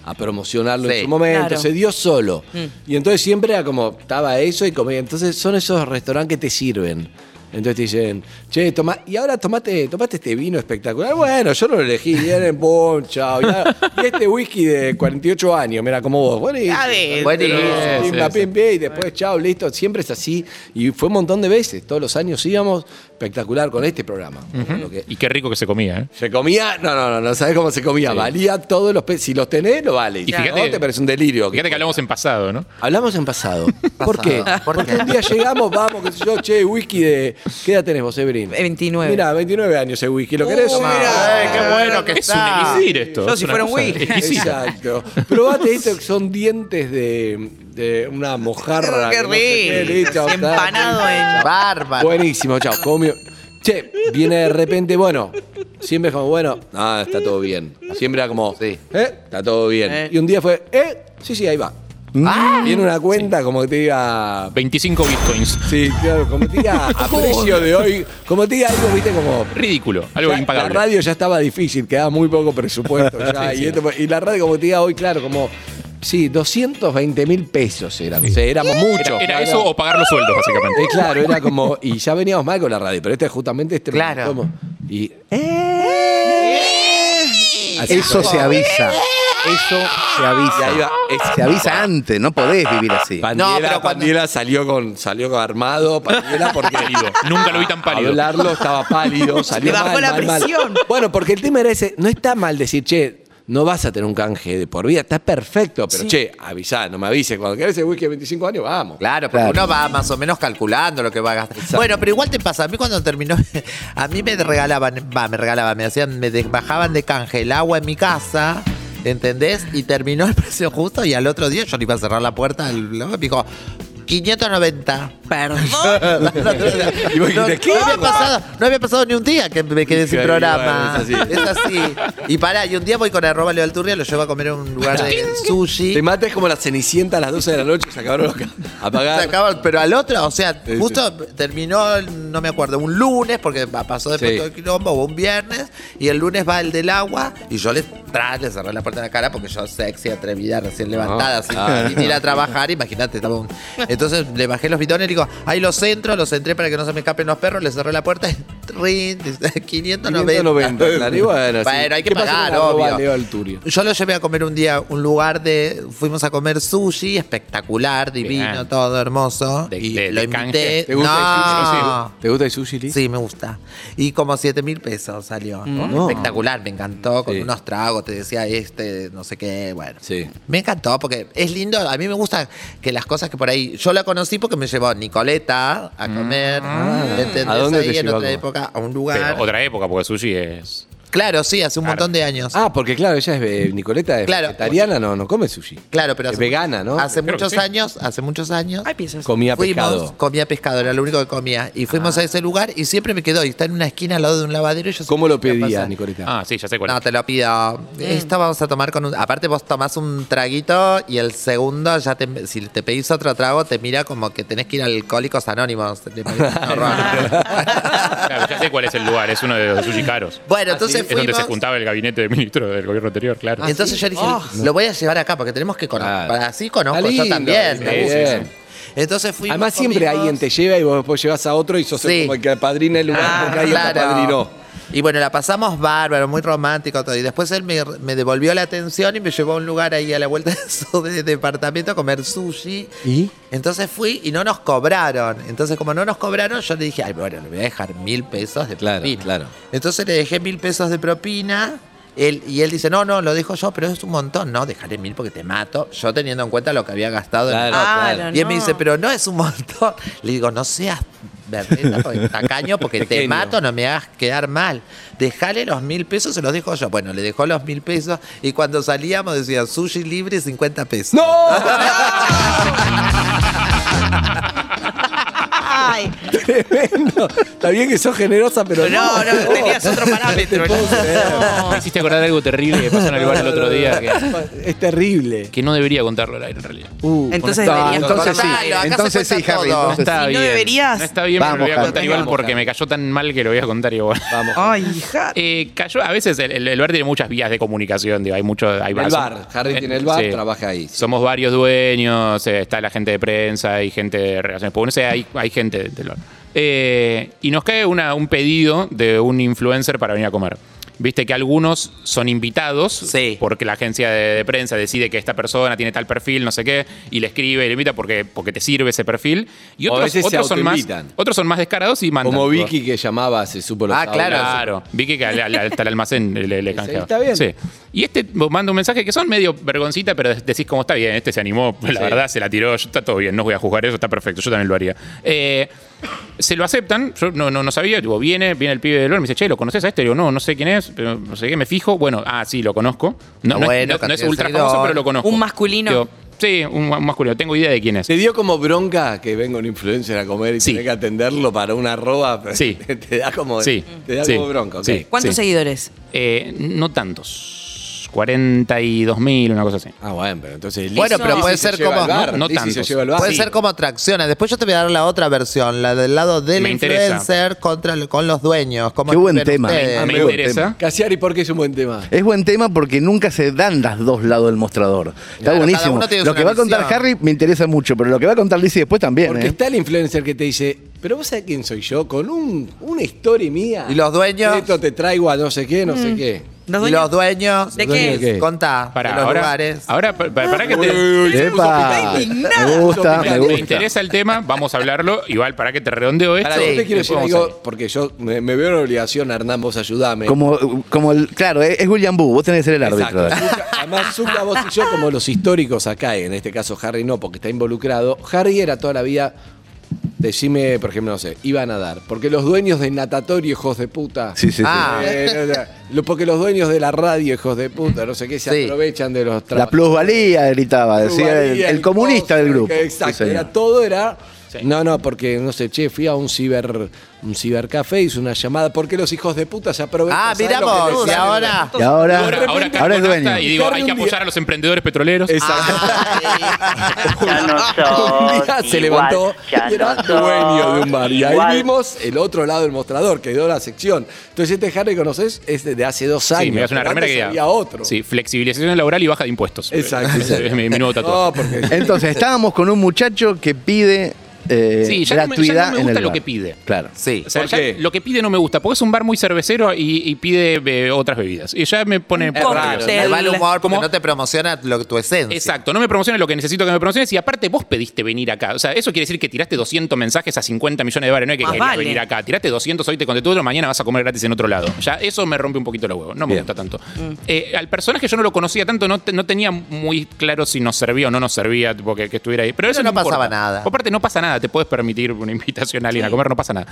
Speaker 2: a promocionarlo
Speaker 6: Sí,
Speaker 2: en su momento,
Speaker 3: claro.
Speaker 2: se dio solo. Y entonces siempre era como, estaba eso y comía. Entonces son esos restaurantes que te sirven. Entonces te dicen, che, toma, y ahora tomate, tomate este vino espectacular. Bueno, yo no lo elegí, vienen, bon, chao. Y, ahora- y este whisky de 48 años, mira, como vos. Bueno, y-
Speaker 3: bien. A ver.
Speaker 6: Buenísimo.
Speaker 5: Sí,
Speaker 2: Pim,
Speaker 5: sí,
Speaker 2: pa,
Speaker 5: sí.
Speaker 2: pim, pim, y después, chao, listo. Siempre es así. Y fue un montón de veces. Todos los años íbamos espectacular con este programa. Lo que-
Speaker 5: Y qué rico que se comía, ¿eh?
Speaker 2: se comía, no, no, no, no sabes cómo se comía. Valía todos los pesos. Si los tenés, lo vale.
Speaker 5: Y fíjate-
Speaker 2: no, te parece un delirio.
Speaker 5: Fíjate que hablamos en pasado, ¿no?
Speaker 2: Hablamos en pasado. ¿Por qué?
Speaker 6: Pasado. ¿Por
Speaker 2: Porque
Speaker 6: qué?
Speaker 2: un día llegamos, vamos, qué sé yo, che, whisky de. ¿Qué edad tenés vos, Ebrin?
Speaker 3: 29.
Speaker 2: Mira, 29 años ese whisky. ¿Lo querés? Ah,
Speaker 6: Toma.
Speaker 2: Mirá.
Speaker 6: Eh, qué bueno que
Speaker 5: es un elixir esto.
Speaker 3: Yo
Speaker 5: es
Speaker 3: si
Speaker 5: una
Speaker 3: fuera un
Speaker 5: cosa
Speaker 3: Wii.
Speaker 2: [LAUGHS]
Speaker 5: exquisita.
Speaker 2: Exacto. Probate esto que son dientes de, de una mojarra.
Speaker 3: Qué
Speaker 2: que no sé qué,
Speaker 3: rico.
Speaker 2: listo, está.
Speaker 3: Empanado en.
Speaker 6: Bárbaro.
Speaker 2: Buenísimo, chao. Comio. Che, viene de repente, bueno, siempre es como, bueno, ah, está todo bien. Siempre era como, sí. ¿eh? Está todo bien.
Speaker 3: Eh.
Speaker 2: Y un día fue, ¿eh? Sí, sí, ahí va. Viene una cuenta como que te diga.
Speaker 5: 25 bitcoins.
Speaker 2: Sí, claro, como te diga a precio de hoy. Como te diga algo, viste, como.
Speaker 5: Ridículo, algo [LAUGHS]
Speaker 2: Ya, la
Speaker 5: impagable.
Speaker 2: radio ya estaba difícil, quedaba muy poco
Speaker 5: [LAUGHS]
Speaker 2: presupuesto. ya, y, esto- y la radio, como te diga hoy, claro, como. Sí, 220 mil pesos eran. O sea, éramos muchos.
Speaker 5: Era eso o pagar los sueldos, básicamente.
Speaker 2: [LAUGHS] Eh, claro, era como. Y ya veníamos mal con la radio, pero este justamente este.
Speaker 6: Claro.
Speaker 2: como- y.
Speaker 5: Eh.
Speaker 2: Así
Speaker 7: Eso
Speaker 2: fue.
Speaker 7: se avisa. Eso se
Speaker 2: Ya iba,
Speaker 7: avisa.
Speaker 2: es-
Speaker 7: Se avisa antes, no podés vivir así.
Speaker 2: Pandiela,
Speaker 6: No, pero cuando-
Speaker 2: Pandiela salió con salió con armado, Pandiela porque
Speaker 5: [LAUGHS] Pálido. Nunca lo vi tan pálido.
Speaker 2: Hablarlo estaba
Speaker 6: [LAUGHS]
Speaker 2: pálido, salió
Speaker 3: Le bajó
Speaker 2: mal,
Speaker 3: la
Speaker 2: mal, mal.
Speaker 3: presión.
Speaker 2: Bueno, porque el tema era ese, no está mal decir, che, no vas a tener un canje de por vida, está perfecto, pero che, avisá, no me avises, cuando querés el whisky de 25 años, vamos.
Speaker 6: Claro, porque
Speaker 7: Claro.
Speaker 6: uno va más o menos calculando lo que va a gastar. Bueno, pero igual te pasa. A mí cuando terminó, [LAUGHS] a mí me regalaban, va, me regalaban, me hacían, me de- bajaban de canje el agua en mi casa, ¿entendés? Y terminó el precio justo y al otro día yo le iba a cerrar la puerta al me dijo 590.
Speaker 3: Perdón.
Speaker 2: [LAUGHS]
Speaker 6: [LAUGHS] No, no,
Speaker 2: dijiste, ¿qué?
Speaker 6: había pasado, no había pasado ni un día que me quedé sin
Speaker 2: Claro,
Speaker 6: programa.
Speaker 2: es así.
Speaker 6: Es así. Y pará, y un día voy con arroba Leo Alturria, lo llevo a comer a un lugar de sushi.
Speaker 2: Te matas como la cenicienta a las 12 de la noche, se acabaron los ca-
Speaker 6: Se
Speaker 2: apagar.
Speaker 6: acaba- pero al otro, o sea,
Speaker 2: Sí,
Speaker 6: justo terminó, no me acuerdo, un lunes, porque pa- pasó después
Speaker 2: Sí.
Speaker 6: todo el quilombo, o un viernes, y el lunes va el del agua, y yo le, tra, le cerré la puerta de la cara, porque yo sexy, atrevida, recién
Speaker 2: Ah,
Speaker 6: levantada, sin sin ir a trabajar, imagínate, estaba un- Entonces le bajé los bidones, le digo, ahí los centro, los centré para que no se me escapen los perros, le cerré la puerta, [LAUGHS] rin, 590.
Speaker 2: 590, claro, y bueno, sí.
Speaker 6: Bueno, hay que
Speaker 2: ¿Qué pasó con
Speaker 6: pagar,
Speaker 2: arroba
Speaker 6: obvio.
Speaker 2: Leo Alturia?
Speaker 6: Yo lo llevé a comer un día, un lugar de. Fuimos a comer sushi, espectacular, divino,
Speaker 5: Bien.
Speaker 6: todo hermoso.
Speaker 5: De-
Speaker 6: y
Speaker 5: de-
Speaker 6: lo
Speaker 5: de
Speaker 6: invité.
Speaker 5: canje.
Speaker 2: ¿Te gusta el
Speaker 6: no.
Speaker 2: sushi? ¿Te gusta el sushi, Lee?
Speaker 6: Sí, me gusta. Y como 7 mil pesos salió.
Speaker 2: No.
Speaker 6: Espectacular, me encantó. Con
Speaker 2: Sí.
Speaker 6: unos tragos, te decía este, no sé qué, bueno.
Speaker 2: Sí.
Speaker 6: Me encantó porque es lindo. A mí me gusta que las cosas que por ahí. Yo la conocí porque me llevó Nicoleta a comer. ¿entendés?
Speaker 2: ¿A dónde te
Speaker 6: ahí en
Speaker 2: llevó a
Speaker 6: otra
Speaker 2: comer?
Speaker 6: época, a un
Speaker 5: Pero
Speaker 6: lugar.
Speaker 5: otra época, porque sushi es.
Speaker 6: Claro, sí, hace un
Speaker 5: Claro.
Speaker 6: montón de años.
Speaker 2: Ah, porque claro, ella es ve- Nicoleta es
Speaker 6: Claro.
Speaker 2: vegetariana, no, no come sushi.
Speaker 6: Claro, pero
Speaker 2: Es vegana, ¿no?
Speaker 6: Hace
Speaker 5: Creo que
Speaker 6: muchos
Speaker 5: sí.
Speaker 6: años, hace muchos años.
Speaker 3: Ay, piezas.
Speaker 2: Comía
Speaker 6: Fuimos,
Speaker 2: pescado.
Speaker 6: comía pescado, era lo único que comía. Y fuimos
Speaker 5: Ah.
Speaker 6: a ese lugar y siempre me quedó. Y está en una esquina al lado de un lavadero. Y yo
Speaker 2: ¿Cómo lo
Speaker 6: siempre
Speaker 2: pedías,
Speaker 6: pasaba.
Speaker 2: Nicoleta?
Speaker 5: Ah, sí, ya sé cuál
Speaker 6: No,
Speaker 5: es.
Speaker 6: te lo pido. Esto vamos a tomar con un. Aparte, vos tomás un traguito y el segundo, ya te- si te pedís otro trago, te mira como que tenés que ir a Alcohólicos Anónimos. Le [LAUGHS] parece un horror.
Speaker 5: [LAUGHS] Claro, ya sé cuál es el lugar, es uno de los sushi caros.
Speaker 6: bueno, entonces
Speaker 5: Es donde se
Speaker 6: fuimos. Ah,
Speaker 5: juntaba el gabinete de ministro del gobierno anterior, claro.
Speaker 6: Entonces yo dije, lo voy a llevar acá porque tenemos que conocer.
Speaker 2: Ah, Claro.
Speaker 6: Para Así conozco,
Speaker 2: Está
Speaker 6: yo
Speaker 2: lindo,
Speaker 6: también.
Speaker 2: está
Speaker 6: me
Speaker 2: bien.
Speaker 6: gusta. Entonces fuimos.
Speaker 2: Además siempre
Speaker 6: comimos.
Speaker 2: alguien te lleva y vos después llevas a otro y sos
Speaker 6: Sí.
Speaker 2: como el que padrina el lugar
Speaker 6: Ah,
Speaker 2: porque alguien te
Speaker 6: claro.
Speaker 2: apadrinó.
Speaker 6: Y bueno, la pasamos bárbaro, muy romántico todo. Y después él me, me devolvió la atención y me llevó a un lugar ahí a la vuelta de su de- departamento a comer sushi.
Speaker 2: ¿Y?
Speaker 6: Entonces fui y no nos cobraron. Entonces, como no nos cobraron, yo le dije, ay, bueno, le voy a dejar mil pesos de
Speaker 2: Claro,
Speaker 6: propina.
Speaker 2: claro.
Speaker 6: Entonces le dejé mil pesos de propina. Él, y él dice, no, no, lo dejo yo, pero es un montón. No, dejaré mil porque te mato. Yo teniendo en cuenta lo que había gastado en
Speaker 2: Claro,
Speaker 3: Claro,
Speaker 2: claro.
Speaker 6: y él me
Speaker 3: no.
Speaker 6: dice, pero no es un montón. [LAUGHS] Le digo, no seas berreta, porque- tacaño, porque te
Speaker 2: Pequeño.
Speaker 6: mato, no me hagas quedar mal. Dejale los mil pesos, se los dejo yo. Bueno, le dejó los mil pesos y cuando salíamos decía, sushi libre, 50 pesos. [LAUGHS]
Speaker 2: ¡No!
Speaker 3: Ay.
Speaker 2: Tremendo. Está bien que sos generosa, pero
Speaker 3: No,
Speaker 2: no.
Speaker 3: no, tenías
Speaker 5: [LAUGHS]
Speaker 3: otro parámetro.
Speaker 5: [LAUGHS] Me hiciste acordar algo terrible que pasó en el lugar el otro día que,
Speaker 2: Es terrible.
Speaker 5: que no debería contarlo al aire en realidad.
Speaker 2: Uh,
Speaker 3: Entonces
Speaker 2: bueno,
Speaker 3: deberías
Speaker 7: Entonces sí,
Speaker 3: cortarlo.
Speaker 6: Contalo, acá se
Speaker 7: entonces sí,
Speaker 6: cuenta
Speaker 7: Harry.
Speaker 6: todo.
Speaker 5: No
Speaker 7: entonces
Speaker 5: está
Speaker 3: Si
Speaker 5: bien.
Speaker 3: no deberías.
Speaker 5: No está bien, pero lo voy a
Speaker 7: Vamos,
Speaker 5: contar
Speaker 7: Harry,
Speaker 5: igual
Speaker 7: vamos,
Speaker 5: porque
Speaker 7: Harry.
Speaker 5: me cayó tan mal que lo voy a contar igual.
Speaker 2: vamos.
Speaker 3: Ay, hija.
Speaker 5: [LAUGHS] Eh, cayó, a veces el, el- el bar tiene muchas vías de comunicación, digo, hay mucho, hay Eh,
Speaker 2: El
Speaker 5: varios-
Speaker 2: bar, Harry tiene el bar, trabaja ahí, sí.
Speaker 5: Somos varios dueños, eh, está la gente de prensa, hay gente de relaciones públicas, no sé, hay, hay gente del bar. Eh, y nos cae una- un pedido de un influencer para venir a comer. Viste que algunos son invitados
Speaker 6: Sí.
Speaker 5: porque la agencia de, de prensa decide que esta persona tiene tal perfil, no sé qué, y le escribe y le invita porque, porque te sirve ese perfil. Y
Speaker 2: O a
Speaker 5: otros,
Speaker 2: veces se
Speaker 5: otros son más,
Speaker 2: autoinvitan.
Speaker 5: otros son más descarados y mandan.
Speaker 2: Como Vicky que llamaba, se supo los
Speaker 6: Ah, claro.
Speaker 2: audios.
Speaker 5: Claro, vi que al- al- hasta el almacén le,
Speaker 6: [LAUGHS]
Speaker 5: le- le canjeaba.
Speaker 2: está bien.
Speaker 5: Sí. Y este vos manda un mensaje que son medio vergoncita, pero decís como está bien, este se animó, la verdad se la tiró, yo- está todo bien, no os voy a juzgar eso, está perfecto, yo también lo haría. Eh, se lo aceptan, yo no, no, no sabía, digo, viene, viene el pibe de LOL, me dice, che, ¿lo conoces a este? Digo, no, no sé quién es, pero no sé qué, me fijo, bueno, ah, sí, lo conozco. No, no es-
Speaker 6: Bueno,
Speaker 5: no- no es
Speaker 6: cantidad de
Speaker 5: ultra
Speaker 6: seguidores.
Speaker 5: famoso, pero lo conozco.
Speaker 3: Un masculino.
Speaker 5: Digo, sí, un, ma- un masculino, tengo idea de quién es.
Speaker 2: ¿Te dio como bronca que venga un influencer a comer y
Speaker 5: Sí.
Speaker 2: tenés que atenderlo para una arroba?
Speaker 5: Sí.
Speaker 2: [LAUGHS] Te da como,
Speaker 5: Sí.
Speaker 2: te da
Speaker 5: Sí.
Speaker 2: como bronca, ok.
Speaker 5: Sí.
Speaker 3: ¿Cuántos seguidores?
Speaker 5: Eh, no tantos. 42.000, una cosa así.
Speaker 2: Ah, bueno, pero entonces.
Speaker 6: Bueno,
Speaker 2: Lizzy-
Speaker 6: pero
Speaker 2: Lizzy
Speaker 6: puede
Speaker 2: se
Speaker 6: ser
Speaker 2: lleva
Speaker 6: como-
Speaker 2: al bar,
Speaker 5: no- no
Speaker 2: Lizzy se
Speaker 5: tantos.
Speaker 2: lleva al bar.
Speaker 6: Puede
Speaker 5: Sí.
Speaker 6: ser como atracciones. Después yo te voy a dar la otra versión, la del lado del
Speaker 5: Me interesa.
Speaker 6: influencer contra el- con los dueños. ¿Cómo
Speaker 7: Qué buen
Speaker 6: escriben
Speaker 7: tema.
Speaker 6: ustedes?
Speaker 7: Ah,
Speaker 5: me
Speaker 7: buen
Speaker 5: interesa.
Speaker 2: Casiari, ¿por qué es un buen tema?
Speaker 7: Es buen tema porque nunca se dan las dos lados del mostrador. Está
Speaker 6: Claro, cada
Speaker 7: buenísimo.
Speaker 6: uno tiene
Speaker 7: Lo
Speaker 6: su
Speaker 7: que va a contar
Speaker 6: visión.
Speaker 7: Harry me interesa mucho, pero lo que va a contar Lizzie después también.
Speaker 2: Porque
Speaker 7: ¿eh?
Speaker 2: está el influencer que te dice, pero vos sabés quién soy yo, con un, una historia mía.
Speaker 6: ¿Y los dueños?
Speaker 2: Esto te traigo a no sé qué, no sé qué.
Speaker 3: Los
Speaker 6: ¿Y
Speaker 3: dueños-
Speaker 6: los dueños?
Speaker 3: ¿De
Speaker 6: Los
Speaker 3: qué?
Speaker 6: dueños, Contá.
Speaker 5: Para
Speaker 6: de los
Speaker 5: ahora,
Speaker 6: lugares.
Speaker 5: ahora para, que te,
Speaker 7: Epa, me gusta, me
Speaker 5: me
Speaker 7: gusta.
Speaker 5: interesa el tema, vamos a hablarlo. Igual para que te redondeo esto.
Speaker 2: Para yo te
Speaker 5: después
Speaker 2: quiero decir
Speaker 5: vamos
Speaker 2: algo,
Speaker 5: a ir.
Speaker 2: porque yo me, me veo en obligación, Hernán, vos ayudame.
Speaker 7: Como, como el, claro, es es William Boo, vos tenés que ser el árbitro.
Speaker 2: Exacto. Zucca- Además, Zucca, vos y yo, como los históricos acá, en este caso Harry no, porque está involucrado. Harry era toda la vida, decime, por ejemplo, no sé, iba a nadar. Porque los dueños del natatorio, hijos de puta.
Speaker 7: Sí, sí, sí.
Speaker 6: Ah.
Speaker 2: eh, no, no, lo- porque los dueños de la radio, hijos de puta, no sé qué, se
Speaker 6: Sí.
Speaker 2: aprovechan de los
Speaker 7: La
Speaker 2: trabajadores.
Speaker 7: plusvalía gritaba, decía el,
Speaker 2: Rubalía,
Speaker 7: el comunista
Speaker 2: Costa,
Speaker 7: del grupo.
Speaker 2: Exacto,
Speaker 7: Sí, señor.
Speaker 2: era todo era.
Speaker 5: Sí.
Speaker 2: No, no, porque no sé, che, fui a un ciber un cibercafé, hice una llamada, porque los hijos de puta se aprovechan.
Speaker 6: Ah,
Speaker 2: ¿Saben
Speaker 6: mirá
Speaker 2: lo que les
Speaker 6: vos, y
Speaker 2: sale?
Speaker 6: ahora.
Speaker 7: Y ahora,
Speaker 5: Ahora,
Speaker 7: ahora,
Speaker 5: ahora
Speaker 7: es
Speaker 5: Carbonata,
Speaker 7: dueño.
Speaker 5: Y digo,
Speaker 2: Harry
Speaker 5: hay que
Speaker 2: un día- Ah,
Speaker 5: apoyar a los emprendedores petroleros.
Speaker 2: Exacto.
Speaker 8: Ah, Ya no
Speaker 2: [LAUGHS] Un
Speaker 8: sos
Speaker 2: día se
Speaker 8: igual,
Speaker 2: levantó
Speaker 8: ya
Speaker 2: y era
Speaker 8: no sos
Speaker 2: dueño de un bar. Y ahí
Speaker 8: igual.
Speaker 2: vimos el otro lado del mostrador, quedó la sección. Entonces, este Harry conoces es de de hace dos años.
Speaker 5: Sí, me das una
Speaker 2: pero
Speaker 5: remera
Speaker 2: antes
Speaker 5: que diga.
Speaker 2: había otro.
Speaker 5: Sí, flexibilización laboral y baja de impuestos.
Speaker 2: Exacto, exacto.
Speaker 5: Es mi, mi nuevo tatuaje.
Speaker 2: No, porque
Speaker 5: [LAUGHS]
Speaker 7: Entonces, estábamos con un muchacho que pide eh,
Speaker 5: Sí, ya no me- ya
Speaker 7: gratuidad
Speaker 5: no me
Speaker 7: en
Speaker 5: gusta
Speaker 7: el
Speaker 5: lo
Speaker 7: bar.
Speaker 5: que pide.
Speaker 7: Claro.
Speaker 6: Sí.
Speaker 5: O sea,
Speaker 2: ¿Por
Speaker 5: ya
Speaker 2: qué?
Speaker 5: lo que pide no me gusta, porque es un bar muy cervecero y, y pide eh, otras bebidas. Y ya me pone un poco
Speaker 3: raro,
Speaker 5: nervioso.
Speaker 3: ¿no?
Speaker 6: El mal humor porque
Speaker 5: ¿Cómo?
Speaker 6: no te promociona lo- tu esencia.
Speaker 5: Exacto, no me promociones lo que necesito que me promociones y aparte vos pediste venir acá. O sea, eso quiere decir que tiraste 200 mensajes a 50 millones de bares, no es que
Speaker 3: Más
Speaker 5: querías
Speaker 3: vale.
Speaker 5: venir acá. Tiraste 200, hoy te conté todo, mañana vas a comer gratis en otro lado. Ya eso me rompe un poquito los huevos, no me gusta tanto. Eh, al personaje yo no lo conocía tanto, no, te- no tenía muy claro si nos servía o no nos servía, tipo, que, que estuviera ahí. Pero, eso
Speaker 6: no pasaba
Speaker 5: importa.
Speaker 6: nada.
Speaker 5: Aparte no pasa nada, te puedes permitir una invitación a alguien a comer, no pasa nada.